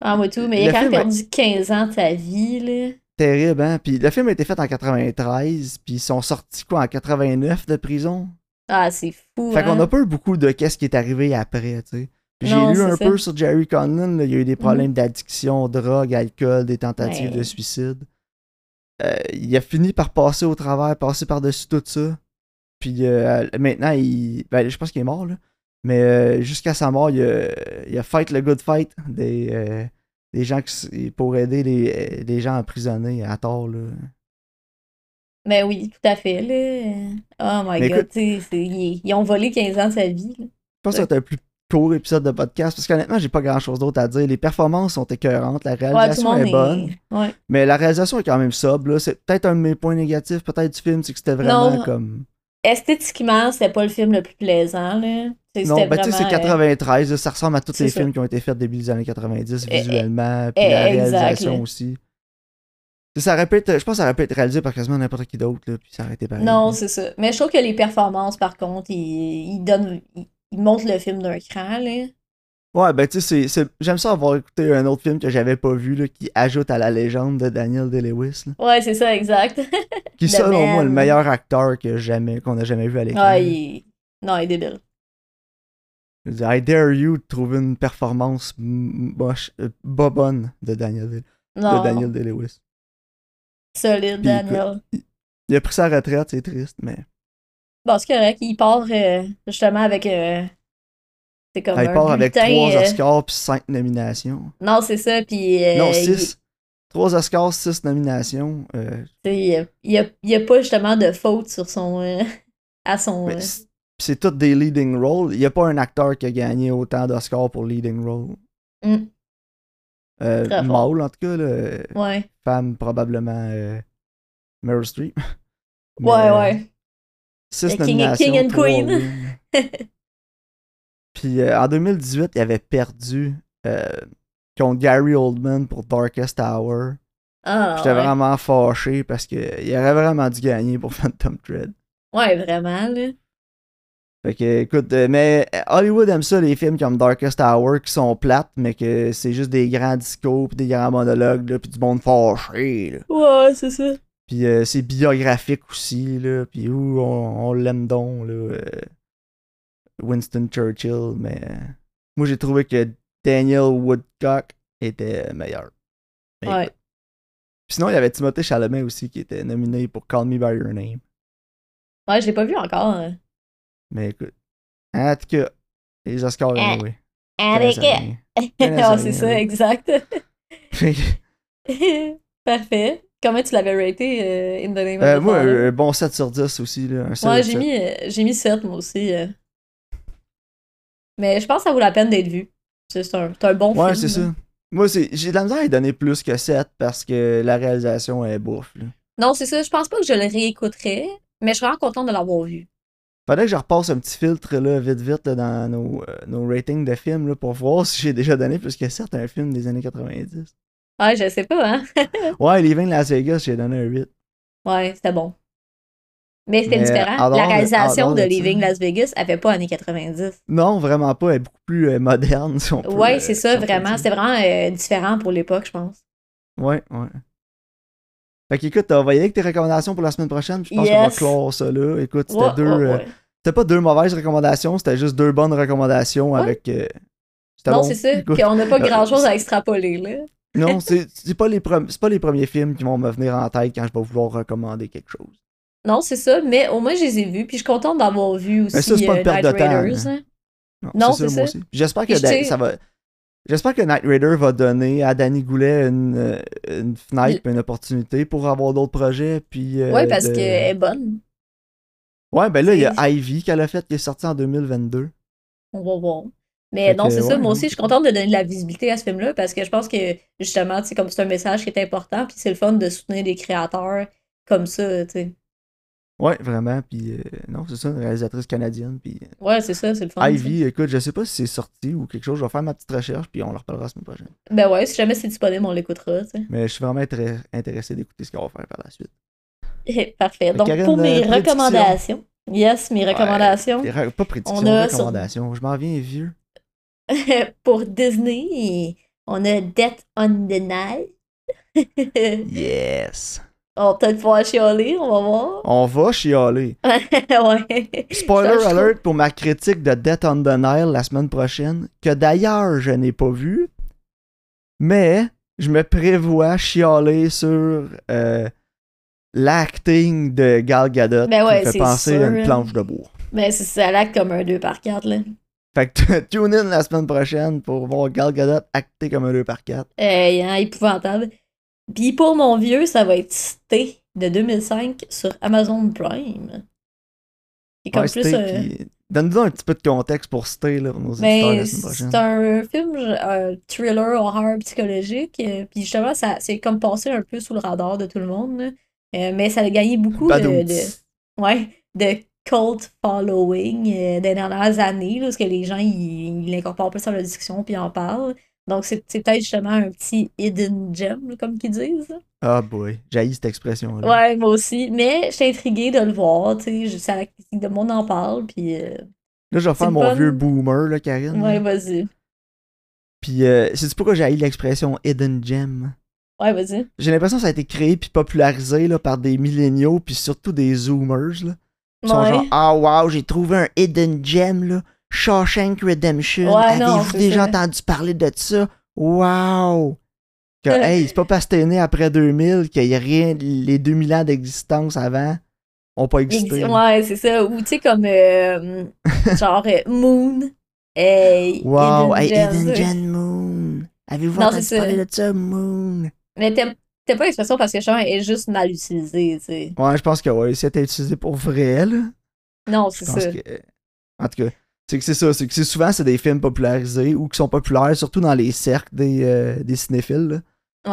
Speaker 2: Ah, moi tout. Mais il
Speaker 1: Le
Speaker 2: a quand même
Speaker 1: film,
Speaker 2: perdu 15 ans de sa vie, là.
Speaker 1: terrible, hein? Puis le film a été fait en 93, puis ils sont sortis quoi en 89 de prison?
Speaker 2: Ah, c'est fou.
Speaker 1: Fait qu'on
Speaker 2: hein.
Speaker 1: a pas eu beaucoup de qu'est-ce qui est arrivé après, tu sais. Puis J'ai
Speaker 2: Non,
Speaker 1: lu
Speaker 2: c'est
Speaker 1: un
Speaker 2: ça. Mhm.
Speaker 1: peu sur Jerry Conlon, là, il y a eu des problèmes d'addiction, drogue, alcool, des tentatives
Speaker 2: Ouais.
Speaker 1: de suicide. Euh, il a fini par passer au travers, passer par-dessus tout ça. Puis euh, maintenant, il... ben, je pense qu'il est mort, là. Mais euh, jusqu'à sa mort, il a, il a fight le good fight des, euh, des gens qui, s- pour aider les, euh, les gens emprisonnés à tort, là.
Speaker 2: Ben oui, tout à fait, là. Oh my
Speaker 1: Mais
Speaker 2: God,
Speaker 1: écoute-
Speaker 2: tu sais, c'est- ils, ils ont volé 15 ans de sa vie, là.
Speaker 1: Je pense que c'était un plus court épisode de podcast parce qu'honnêtement, j'ai pas grand chose d'autre à dire. Les performances sont écœurantes, la
Speaker 2: Ouais, tout le
Speaker 1: réalisation
Speaker 2: monde
Speaker 1: est bonne,
Speaker 2: est... Ouais.
Speaker 1: mais la réalisation est quand même sobre. là. C'est peut-être un de mes points négatifs, peut-être du film, c'est que c'était vraiment
Speaker 2: Non.
Speaker 1: comme.
Speaker 2: Esthétiquement, c'était pas le film le plus plaisant, là. C'est-
Speaker 1: Non,
Speaker 2: c'était
Speaker 1: ben tu sais, c'est
Speaker 2: vraiment, euh,
Speaker 1: 93, là, ça ressemble à tous
Speaker 2: c'est
Speaker 1: les
Speaker 2: ça.
Speaker 1: films qui ont été faits début des années 90
Speaker 2: Eh,
Speaker 1: visuellement,
Speaker 2: eh,
Speaker 1: puis la
Speaker 2: exact,
Speaker 1: réalisation
Speaker 2: là.
Speaker 1: aussi. Tu sais, Ça répète, je pense que ça aurait pu être réalisé par quasiment n'importe qui d'autre, là, puis ça aurait été pareil.
Speaker 2: Non, c'est ça. Mais je trouve que les performances, par contre, ils, ils donnent... Ils, ils montent le film d'un cran, là.
Speaker 1: Ouais, ben tu sais, c'est- c'est- j'aime ça avoir écouté un autre film que j'avais pas vu, là, qui ajoute à la légende de Daniel Day-Lewis. là.
Speaker 2: Ouais, c'est ça, exact. *laughs*
Speaker 1: Qui
Speaker 2: The
Speaker 1: selon moi est le
Speaker 2: Man.
Speaker 1: meilleur acteur que jamais qu'on a jamais vu à l'écran.
Speaker 2: Ah, il... Non, il est débile.
Speaker 1: Je dis, I dare you de trouver une performance m- moche, euh, pas bonne de Daniel, Day- de
Speaker 2: Non,
Speaker 1: Daniel Day-Lewis.
Speaker 2: solide,
Speaker 1: Puis, écoute-
Speaker 2: Daniel.
Speaker 1: Il a pris sa retraite, c'est triste, mais
Speaker 2: Bon, c'est correct, il part euh, justement avec... euh, C'est comme
Speaker 1: Ah, il
Speaker 2: un
Speaker 1: part avec
Speaker 2: bulletin,
Speaker 1: trois
Speaker 2: euh,
Speaker 1: Oscars puis cinq nominations.
Speaker 2: Non, c'est ça, puis... euh,
Speaker 1: non,
Speaker 2: il-
Speaker 1: six. Trois Oscars, six nominations. euh,
Speaker 2: Tu sais, Il n'y a, il y a- il y a pas justement de faute sur son. euh, *laughs* à son.
Speaker 1: mais
Speaker 2: euh,
Speaker 1: c'est- puis c'est toutes des leading roles. Il n'y a pas un acteur qui a gagné autant d'Oscars pour leading role.
Speaker 2: Mm.
Speaker 1: Euh,
Speaker 2: Très fort.
Speaker 1: mâle, en tout cas, là,
Speaker 2: Ah, ouais.
Speaker 1: femme probablement euh, Meryl Streep. *laughs* Mais,
Speaker 2: ouais,
Speaker 1: euh,
Speaker 2: ouais.
Speaker 1: Six
Speaker 2: Le King-
Speaker 1: nominations,
Speaker 2: King and
Speaker 1: trois
Speaker 2: Queen.
Speaker 1: wins.
Speaker 2: *laughs*
Speaker 1: Puis euh, en 2018, il avait perdu euh, contre Gary Oldman pour Darkest Hour.
Speaker 2: Ah,
Speaker 1: J'étais
Speaker 2: ouais.
Speaker 1: vraiment fâché parce qu'il aurait vraiment dû gagner pour *laughs* Phantom Thread.
Speaker 2: Ouais, vraiment, là.
Speaker 1: Fait que, écoute, euh, mais euh, Hollywood aime ça, les films comme Darkest Hour qui sont plates, mais que c'est juste des grands discours, puis des grands monologues, là, puis du monde fâché. là.
Speaker 2: Ouais, c'est ça.
Speaker 1: Puis euh, c'est biographique aussi, là. Puis ouh, on, on l'aime donc, là. euh. Winston Churchill, mais euh, moi j'ai trouvé que Daniel Woodcock était meilleur. Mais
Speaker 2: Ouais.
Speaker 1: écoute. Puis Sinon, il y avait Timothée Chalamet aussi qui était nominé pour Call Me By Your Name.
Speaker 2: Ouais, je l'ai pas vu encore. hein.
Speaker 1: Mais écoute, en tout cas, les Oscars,
Speaker 2: Ah,
Speaker 1: oui.
Speaker 2: Avec.
Speaker 1: *laughs*
Speaker 2: Ah, c'est ça, exact. *laughs* Parfait. Comment tu l'avais raté, euh, In the Name of the
Speaker 1: moi,
Speaker 2: Father?
Speaker 1: un bon 7 sur 10 aussi. Là, un
Speaker 2: Ouais,
Speaker 1: solide
Speaker 2: j'ai
Speaker 1: 7.
Speaker 2: mis, euh, j'ai mis 7, moi aussi. euh. Mais je pense que ça vaut la peine d'être vu. C'est c'est un, c'est un bon
Speaker 1: Ouais,
Speaker 2: film.
Speaker 1: c'est ça. Moi, c'est- j'ai de la misère à donner plus que 7 parce que la réalisation est bouffe. Là.
Speaker 2: Non, c'est ça. Je pense pas que je le réécouterais, mais je suis vraiment contente de l'avoir vu.
Speaker 1: Faudrait que je repasse un petit filtre là, vite vite là, dans nos, euh, nos ratings de films là, pour voir *laughs* si j'ai déjà donné plus que 7 à un film des années 90.
Speaker 2: Ouais, je sais pas, hein.
Speaker 1: Ouais, les 20 Las Vegas, j'ai donné un 8.
Speaker 2: Ouais, c'était bon. Mais c'était
Speaker 1: Mais,
Speaker 2: différent.
Speaker 1: en dehors de-
Speaker 2: la
Speaker 1: en
Speaker 2: réalisation
Speaker 1: dehors
Speaker 2: de
Speaker 1: de ça.
Speaker 2: Living Las Vegas avait pas années 90.
Speaker 1: Non, vraiment pas, elle est beaucoup plus euh, moderne. *laughs* Si on peut,
Speaker 2: Ouais,
Speaker 1: euh,
Speaker 2: c'est
Speaker 1: si
Speaker 2: ça,
Speaker 1: on peut
Speaker 2: vraiment.
Speaker 1: dire.
Speaker 2: C'était vraiment euh, différent pour l'époque, je pense.
Speaker 1: Ouais, ouais. Fait qu'écoute, on va y aller avec tes recommandations pour la semaine prochaine. puis Je pense
Speaker 2: Yes.
Speaker 1: qu'on va clore ça là. Écoute, c'était
Speaker 2: Ouais,
Speaker 1: deux.
Speaker 2: ouais,
Speaker 1: euh,
Speaker 2: ouais.
Speaker 1: C'était pas deux mauvaises recommandations, c'était juste deux bonnes recommandations
Speaker 2: Ouais.
Speaker 1: avec. euh, c'était
Speaker 2: Non,
Speaker 1: bon.
Speaker 2: c'est ça.
Speaker 1: Écoute,
Speaker 2: Puis on n'a pas
Speaker 1: Euh,
Speaker 2: grand chose à extrapoler, là.
Speaker 1: non, c'est c'est pas, les premi- c'est pas les premiers films qui vont me venir en tête quand je vais vouloir recommander quelque chose.
Speaker 2: Non, c'est ça, mais au moins je les ai vus, puis je suis contente d'avoir vu aussi
Speaker 1: Mais ça, c'est pas une
Speaker 2: euh,
Speaker 1: perte
Speaker 2: Knight
Speaker 1: de temps,
Speaker 2: Raiders,
Speaker 1: hein.
Speaker 2: hein. Non, c'est ça.
Speaker 1: moi aussi. J'espère que,
Speaker 2: Puis je
Speaker 1: Dan-
Speaker 2: sais-
Speaker 1: ça va. J'espère que Knight Raider va donner à Danny Goulet une, euh, une fenêtre, puis une opportunité pour avoir d'autres projets. Puis, euh,
Speaker 2: Ouais, parce
Speaker 1: de-
Speaker 2: qu'elle est bonne.
Speaker 1: Ouais, ben là, il y a Ivy qu'elle a fait qui est sortie en 2022.
Speaker 2: On va voir. Mais
Speaker 1: Fait
Speaker 2: non,
Speaker 1: que,
Speaker 2: c'est ça.
Speaker 1: ouais, hein.
Speaker 2: Moi
Speaker 1: non,
Speaker 2: aussi, je suis contente de donner de la visibilité à ce film-là parce que je pense que justement, tu sais, comme c'est un message qui est important, puis c'est le fun de soutenir des créateurs comme ça, tu sais.
Speaker 1: Ouais, vraiment. Puis, euh, non, c'est ça, une réalisatrice canadienne. Puis, euh,
Speaker 2: Ouais, c'est ça, c'est le fun. ça.
Speaker 1: Ivy, écoute, je sais pas si c'est sorti ou quelque chose. Je vais faire ma petite recherche, puis on en reparlera la semaine prochaine.
Speaker 2: Ben ouais, si jamais c'est disponible, on l'écoutera, tu
Speaker 1: Mais je suis vraiment très intéressé d'écouter ce qu'on va faire par la suite.
Speaker 2: sais. *laughs* Parfait.
Speaker 1: Fait
Speaker 2: Donc,
Speaker 1: Karine,
Speaker 2: pour
Speaker 1: euh,
Speaker 2: mes
Speaker 1: prédiction.
Speaker 2: recommandations. Yes, mes recommandations.
Speaker 1: Des ra- Pas prédiction,
Speaker 2: On a sur-
Speaker 1: recommandation. Je m'en viens vieux.
Speaker 2: *laughs* Pour Disney, on a Death on the Nile.
Speaker 1: Yes!
Speaker 2: *laughs* On va peut-être pouvoir chialer, on va voir. *laughs*
Speaker 1: On va chialer.
Speaker 2: ouais.
Speaker 1: Spoiler
Speaker 2: Ça, je
Speaker 1: alert pour ma critique de Death on the Nile la semaine prochaine, que d'ailleurs je n'ai pas vu, mais je me prévois chialer sur euh, l'acting de Gal Gadot
Speaker 2: Ben ouais,
Speaker 1: qui me
Speaker 2: c'est
Speaker 1: fait penser à
Speaker 2: sûr.
Speaker 1: une planche de bois.
Speaker 2: Mais c'est ça l'acte comme un 2 par 4 là.
Speaker 1: Fait que *laughs* tune in la semaine prochaine pour voir Gal Gadot acter comme un 2 par 4
Speaker 2: Hey, hein, épouvantable. Puis pour mon vieux, ça va être Sté de 2005 sur Amazon Prime. Qui est comme
Speaker 1: Ouais,
Speaker 2: plus
Speaker 1: Stay
Speaker 2: un-
Speaker 1: qui- Donne-nous un petit peu de contexte pour Stay là, pour nos auditeurs
Speaker 2: Ben,
Speaker 1: la semaine prochaine.
Speaker 2: c'est un film, je- un thriller, horreur psychologique. euh, Puis justement, ça, c'est comme passé un peu sous le radar de tout le monde. là. Euh, mais ça a gagné beaucoup de,
Speaker 1: Badoum.
Speaker 2: de- ouais, de cult following euh, des dernières années, là, parce que les gens, ils ils l'incorporent plus dans la discussion puis en parlent. Donc, c'est c'est peut-être justement un petit hidden gem, là, comme qu'ils disent.
Speaker 1: Ah boy, j'ai cette expression là.
Speaker 2: Ouais, moi aussi. Mais je suis intriguée de le voir, tu sais. je- ça- Le monde en parle, puis... euh,
Speaker 1: Là, je vais
Speaker 2: C'est
Speaker 1: faire
Speaker 2: une
Speaker 1: mon
Speaker 2: bonne-
Speaker 1: vieux boomer là, Karine.
Speaker 2: ouais, vas-y.
Speaker 1: Puis, euh, sais-tu pourquoi j'ai l'expression hidden gem?
Speaker 2: Ouais, vas-y.
Speaker 1: J'ai l'impression que ça a été créé puis popularisé là, par des milléniaux puis surtout des zoomers. Là. Ils sont
Speaker 2: Ouais.
Speaker 1: genre, ah wow, j'ai trouvé un hidden gem là. Shawshank Redemption.
Speaker 2: Ouais, non,
Speaker 1: Avez-vous
Speaker 2: c'est
Speaker 1: déjà
Speaker 2: ça.
Speaker 1: entendu parler de ça? Wow! Que,
Speaker 2: Euh,
Speaker 1: hey, c'est pas parce que t'es né après 2000 qu'il y a rien, les 2000 ans d'existence avant ont pas
Speaker 2: Ex-
Speaker 1: existé.
Speaker 2: Ouais, c'est ça. Ou tu sais,
Speaker 1: *laughs*
Speaker 2: comme euh, genre euh, Moon. Hey,
Speaker 1: Wow,
Speaker 2: Hidden
Speaker 1: hey,
Speaker 2: Gems.
Speaker 1: Hidden Gem Moon. Avez-vous
Speaker 2: Non,
Speaker 1: entendu
Speaker 2: c'est ça.
Speaker 1: parler de ça, Moon?
Speaker 2: Mais t'aimes t'aimes pas l'expression parce que chacun est juste mal utilisé, tu sais.
Speaker 1: Ouais, je pense que ouais, c'était utilisé pour vrai, là.
Speaker 2: Non,
Speaker 1: Je
Speaker 2: c'est
Speaker 1: pense
Speaker 2: ça.
Speaker 1: que. euh, En tout cas, c'est que c'est ça. C'est que c'est souvent, c'est des films popularisés ou qui sont populaires, surtout dans les cercles des, euh, des cinéphiles. là.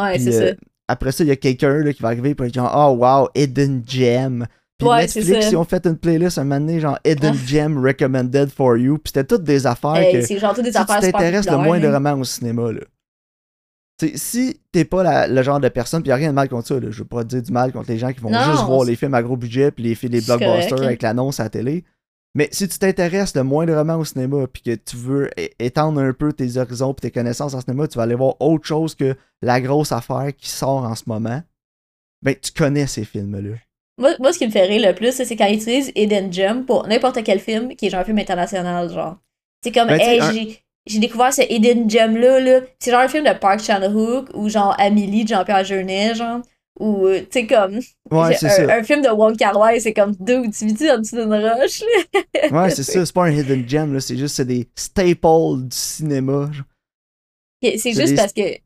Speaker 2: Ouais,
Speaker 1: Puis,
Speaker 2: c'est
Speaker 1: euh, Après ça, il y a quelqu'un là, qui va arriver et va dire Oh wow, Hidden Gem. Puis
Speaker 2: Ouais, c'est
Speaker 1: Netflix,
Speaker 2: ça.
Speaker 1: ils ont fait une playlist un moment donné, genre Hidden Gem Recommended for You. Puis c'était toutes des affaires
Speaker 2: ça. Hey,
Speaker 1: que.
Speaker 2: c'est genre toutes des
Speaker 1: Si tu
Speaker 2: affaires super
Speaker 1: t'intéresses le
Speaker 2: populaires,
Speaker 1: moins de
Speaker 2: là.
Speaker 1: romans au cinéma, là. T'sais, si t'es pas la- le genre de personne, puis y a rien de mal contre ça, là, je veux pas dire du mal contre les gens qui vont
Speaker 2: Non,
Speaker 1: juste voir
Speaker 2: c'est-
Speaker 1: les films à gros budget puis les, fi- les
Speaker 2: C'est correct,
Speaker 1: blockbusters
Speaker 2: hein.
Speaker 1: avec l'annonce à la télé. Mais si tu t'intéresses le moins de romans au cinéma puis que tu veux é- étendre un peu tes horizons puis tes connaissances en cinéma, tu vas aller voir autre chose que la grosse affaire qui sort en ce moment. Ben, tu connais ces films-là.
Speaker 2: Moi, moi, ce qui me fait rire le plus, c'est quand ils utilisent Hidden Gem pour n'importe quel film qui est genre un film international, genre. C'est comme,
Speaker 1: Ben, tu sais,
Speaker 2: hey,
Speaker 1: un-
Speaker 2: j'ai- j'ai découvert ce Hidden Gem-là, là. C'est genre un film de Park Chan-wook ou genre Amélie de Jean-Pierre Jeunet, genre. Ou, euh, tu sais, comme,
Speaker 1: Ouais,
Speaker 2: j'ai
Speaker 1: c'est
Speaker 2: un,
Speaker 1: ça.
Speaker 2: un film de Wong Kar-wai, c'est comme deux ou tu en dessous d'une roche,
Speaker 1: *laughs*
Speaker 2: là.
Speaker 1: Ouais,
Speaker 2: *laughs*
Speaker 1: c'est ça. C'est pas un hidden gem, là. C'est juste c'est des staples du cinéma. genre.
Speaker 2: C'est c'est
Speaker 1: C'est
Speaker 2: juste
Speaker 1: des-
Speaker 2: parce que, tu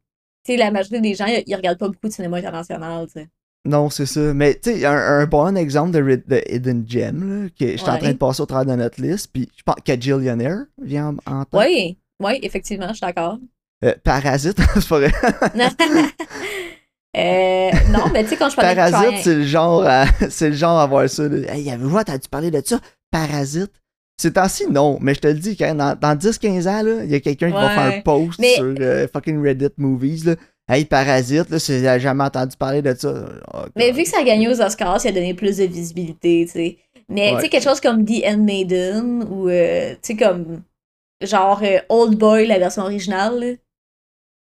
Speaker 2: sais, la majorité des gens, ils ils regardent pas beaucoup de cinéma international, tu sais.
Speaker 1: Non, c'est ça. Mais tu sais, un, un bon exemple de, rid- de hidden gem, là, que j'étais en
Speaker 2: Ouais.
Speaker 1: train de passer au travers de notre liste, puis je pense que Jillionaire vient en, en tête.
Speaker 2: Oui, oui, effectivement, je suis
Speaker 1: *laughs*
Speaker 2: d'accord. *laughs*
Speaker 1: Euh, Parasite, *laughs* c'est pas vrai.
Speaker 2: Euh, non, mais tu sais, quand je parlais de
Speaker 1: Parasite,
Speaker 2: Triangle-
Speaker 1: c'est le genre à, *laughs* c'est le genre à voir ça. là. Hey, avez-vous entendu parler de ça? Parasite. Ces temps-ci, non, mais je te le dis, quand dans, dans 10-15 ans, là, il y a quelqu'un qui va
Speaker 2: Ouais.
Speaker 1: faire un post
Speaker 2: Mais-
Speaker 1: sur euh, fucking Reddit Movies. Là. Hey, Parasite, là, c'est- j'ai jamais entendu parler de ça. Oh,
Speaker 2: Mais
Speaker 1: God.
Speaker 2: vu que ça a gagné aux Oscars, ça a donné plus de visibilité, tu sais. Mais tu
Speaker 1: Ouais.
Speaker 2: sais, quelque chose comme The Handmaiden ou, euh, tu sais, comme, genre, euh, Old Boy, la version originale. là.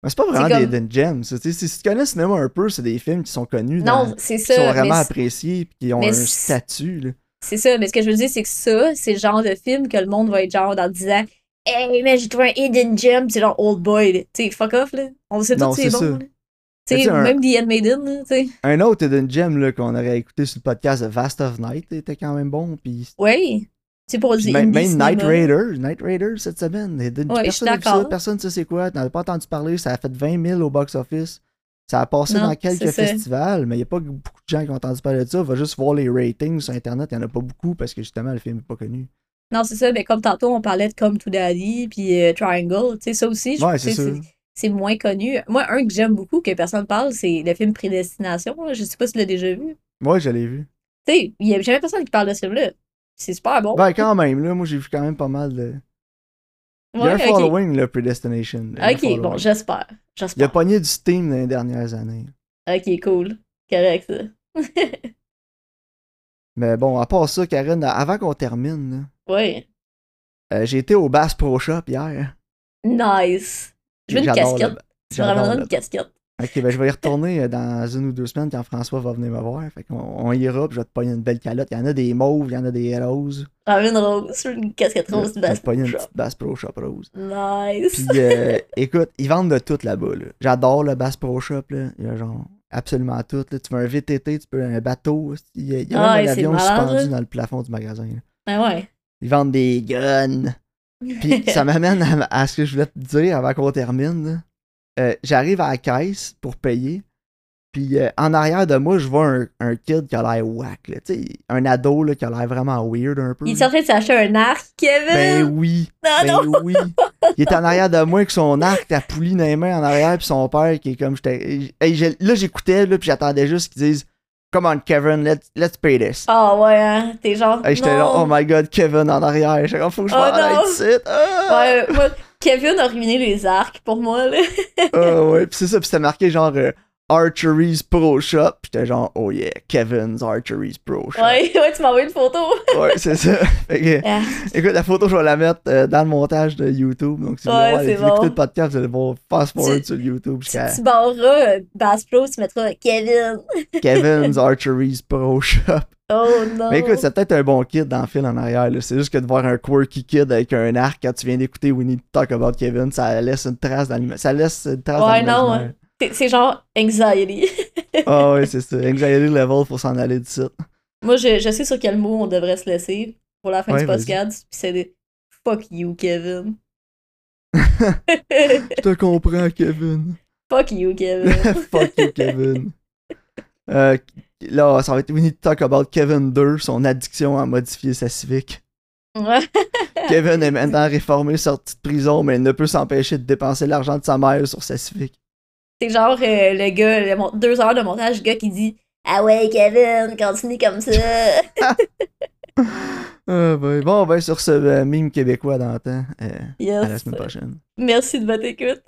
Speaker 1: Mais c'est pas vraiment
Speaker 2: c'est
Speaker 1: des
Speaker 2: comme-
Speaker 1: hidden gems. ça, tu sais, Si tu connais le cinéma un peu, c'est des films qui sont connus, dans-
Speaker 2: Non, c'est
Speaker 1: qui sont
Speaker 2: ça. mais
Speaker 1: vraiment
Speaker 2: c'est-
Speaker 1: appréciés puis qui ont
Speaker 2: mais
Speaker 1: un
Speaker 2: c'est-
Speaker 1: statut. là.
Speaker 2: c'est ça. Mais ce que je veux dire, c'est que ça, c'est le genre de film que le monde va être genre dans 10 ans. Hey, mais j'ai trouvé un hidden gem, c'est genre Old Boy. là. Tu sais, fuck off, là. On le sait
Speaker 1: Non,
Speaker 2: tous, c'est
Speaker 1: c'est ça.
Speaker 2: bon. là. Tu
Speaker 1: Mais tu
Speaker 2: sais,
Speaker 1: sais, un-
Speaker 2: même The Handmaiden, là, tu sais.
Speaker 1: Un autre hidden gem là, qu'on aurait écouté sur le podcast de Vast of Night était quand même bon. Puis
Speaker 2: Oui. C'est pour
Speaker 1: Puis
Speaker 2: dire.
Speaker 1: Même, même Night Raiders, Night Raiders cette semaine. Et d'une-
Speaker 2: Ouais, je suis
Speaker 1: personne n'a vu ça,
Speaker 2: d'accord.
Speaker 1: personne ne sait c'est quoi. T'en as pas entendu parler, ça a fait 20 000 au box-office. Ça a passé
Speaker 2: Non,
Speaker 1: dans quelques
Speaker 2: c'est ça.
Speaker 1: festivals, mais il n'y a pas beaucoup de gens qui ont entendu parler de ça. Va juste voir les ratings sur Internet, il n'y en a pas beaucoup parce que justement le film n'est pas connu.
Speaker 2: Non, c'est ça, mais comme tantôt, on parlait de Come to Daddy, puis euh, Triangle, tu sais, ça aussi, je-
Speaker 1: Ouais,
Speaker 2: tu sais,
Speaker 1: c'est ça.
Speaker 2: c'est moins connu. Moi, un que j'aime beaucoup, que personne ne parle, c'est le film Prédestination, là. je sais pas si tu l'as déjà vu.
Speaker 1: Moi, je l'ai vu.
Speaker 2: Tu sais, il y a jamais personne qui parle de ce film-là. C'est super bon.
Speaker 1: Ben, quand même, là, moi, j'ai vu quand même pas mal de. Il y a
Speaker 2: Ouais,
Speaker 1: un
Speaker 2: ok.
Speaker 1: following, là, Predestination. Il y a un
Speaker 2: Ok,
Speaker 1: following.
Speaker 2: bon, j'espère.
Speaker 1: Il a
Speaker 2: J'espère.
Speaker 1: pogné du Steam dans les dernières années.
Speaker 2: Ok, cool. Correct, ça.
Speaker 1: Mais bon, à part ça, Karen, avant qu'on termine,
Speaker 2: Ouais.
Speaker 1: là, euh, j'ai été au Bass Pro Shop hier.
Speaker 2: Nice. Je veux une
Speaker 1: J'adore le-
Speaker 2: casquette. Tu me
Speaker 1: j'adore
Speaker 2: ramèneras
Speaker 1: le-
Speaker 2: une casquette.
Speaker 1: Ok, ben je vais y retourner euh, dans une ou deux semaines quand François va venir me voir. Fait qu'on on ira, puis je vais te pogner une belle calotte. Il y en a des mauves, il y en a des roses.
Speaker 2: Ramène une rose, une casquette
Speaker 1: Je
Speaker 2: rose
Speaker 1: je
Speaker 2: du
Speaker 1: vais te pogner
Speaker 2: Bass
Speaker 1: une
Speaker 2: Pro Shop.
Speaker 1: petite Bass Pro Shop rose.
Speaker 2: Nice.
Speaker 1: Puis
Speaker 2: *laughs*
Speaker 1: euh, écoute, ils vendent de tout là-bas. là. J'adore le Bass Pro Shop. Là. Il y a genre absolument tout. là. Tu veux un VTT, tu peux un bateau. Il y a, il y a
Speaker 2: Ah,
Speaker 1: même
Speaker 2: et
Speaker 1: un
Speaker 2: c'est
Speaker 1: avion
Speaker 2: malade,
Speaker 1: suspendu
Speaker 2: là.
Speaker 1: dans le plafond du magasin. là.
Speaker 2: Ah ouais.
Speaker 1: Ils vendent des guns.
Speaker 2: *laughs*
Speaker 1: Puis ça m'amène à, à ce que je voulais te dire avant qu'on termine. là. Euh, J'arrive à la caisse pour payer. Puis euh, en arrière de moi, je vois un, un kid qui a l'air whack. là. Tu sais, un ado là, qui a l'air vraiment weird un peu.
Speaker 2: Il est en train de s'acheter un arc,
Speaker 1: Ben
Speaker 2: Kevin!
Speaker 1: oui,
Speaker 2: non, non!
Speaker 1: ben oui. Il est en arrière de moi avec son arc, la poulie dans les mains en arrière, puis son père qui est comme... j'étais- Hey, j'ai- là, j'écoutais, là, puis j'attendais juste qu'ils disent « Come on, Kevin, let's, let's pay this. »
Speaker 2: Ah ouais, hein, t'es genre.
Speaker 1: Hey, J'étais là,
Speaker 2: non.
Speaker 1: oh my god, Kevin en arrière. J'étais comme, faut que je
Speaker 2: Oh
Speaker 1: m'en
Speaker 2: non.
Speaker 1: aille ici. Ah!
Speaker 2: Ouais, moi, Kevin a ruiné les arcs pour moi, là.
Speaker 1: Ah ouais, pis c'est ça, pis c'était marqué genre euh, Archery's Pro Shop, pis j'étais genre, oh yeah, Kevin's Archery's Pro Shop.
Speaker 2: Ouais, *laughs* ouais, tu m'as envoyé une photo.
Speaker 1: Ouais, c'est ça.
Speaker 2: *laughs*
Speaker 1: Fait que,
Speaker 2: Ah.
Speaker 1: écoute, la photo, je vais la mettre euh, dans le montage de YouTube. Donc, si vous voulez
Speaker 2: Ouais,
Speaker 1: voir, si
Speaker 2: c'est
Speaker 1: vous écoutez
Speaker 2: bon.
Speaker 1: le podcast, vous allez voir fast forward
Speaker 2: Tu-
Speaker 1: sur YouTube jusqu'à
Speaker 2: Tu, tu barreras euh, Bass Pro, tu mettras Kevin.
Speaker 1: Kevin's Archery's Pro Shop. *laughs*
Speaker 2: Oh non.
Speaker 1: Mais écoute, c'est peut-être un bon kid dans le fil en arrière. là. C'est juste que de voir un quirky kid avec un arc quand tu viens d'écouter We Need to Talk About Kevin, ça laisse une trace dans l'ima- Ça laisse une trace
Speaker 2: Ouais,
Speaker 1: dans
Speaker 2: non, hein.
Speaker 1: l'imaginaire.
Speaker 2: C'est- C'est genre anxiety. *laughs*
Speaker 1: *laughs* Ah ouais, c'est ça. Anxiety level, faut s'en aller du
Speaker 2: *laughs*
Speaker 1: site.
Speaker 2: moi, je, je sais sur quel mot on devrait se laisser pour la fin
Speaker 1: Ouais,
Speaker 2: du
Speaker 1: vas-y.
Speaker 2: podcast, puis c'est des fuck you,
Speaker 1: *laughs*
Speaker 2: Kevin. *laughs*
Speaker 1: Je te comprends, Kevin.
Speaker 2: fuck you, Kevin.
Speaker 1: *laughs* Fuck you, Kevin. Euh, là, ça va être We Need to Talk About Kevin 2, son addiction à modifier sa
Speaker 2: *laughs*
Speaker 1: civique.
Speaker 2: Ouais.
Speaker 1: Kevin est maintenant réformé, sorti de prison, mais il ne peut s'empêcher de dépenser l'argent de sa mère sur sa civique.
Speaker 2: C'est genre euh, le gars, le mon- deux heures de montage, le gars qui dit Ah ouais, Kevin, continue comme
Speaker 1: *laughs*
Speaker 2: ça.
Speaker 1: Ah ben, bon, ben, sur ce euh, mime québécois d'antan, euh, à la
Speaker 2: yes.
Speaker 1: semaine prochaine.
Speaker 2: Merci de votre écoute.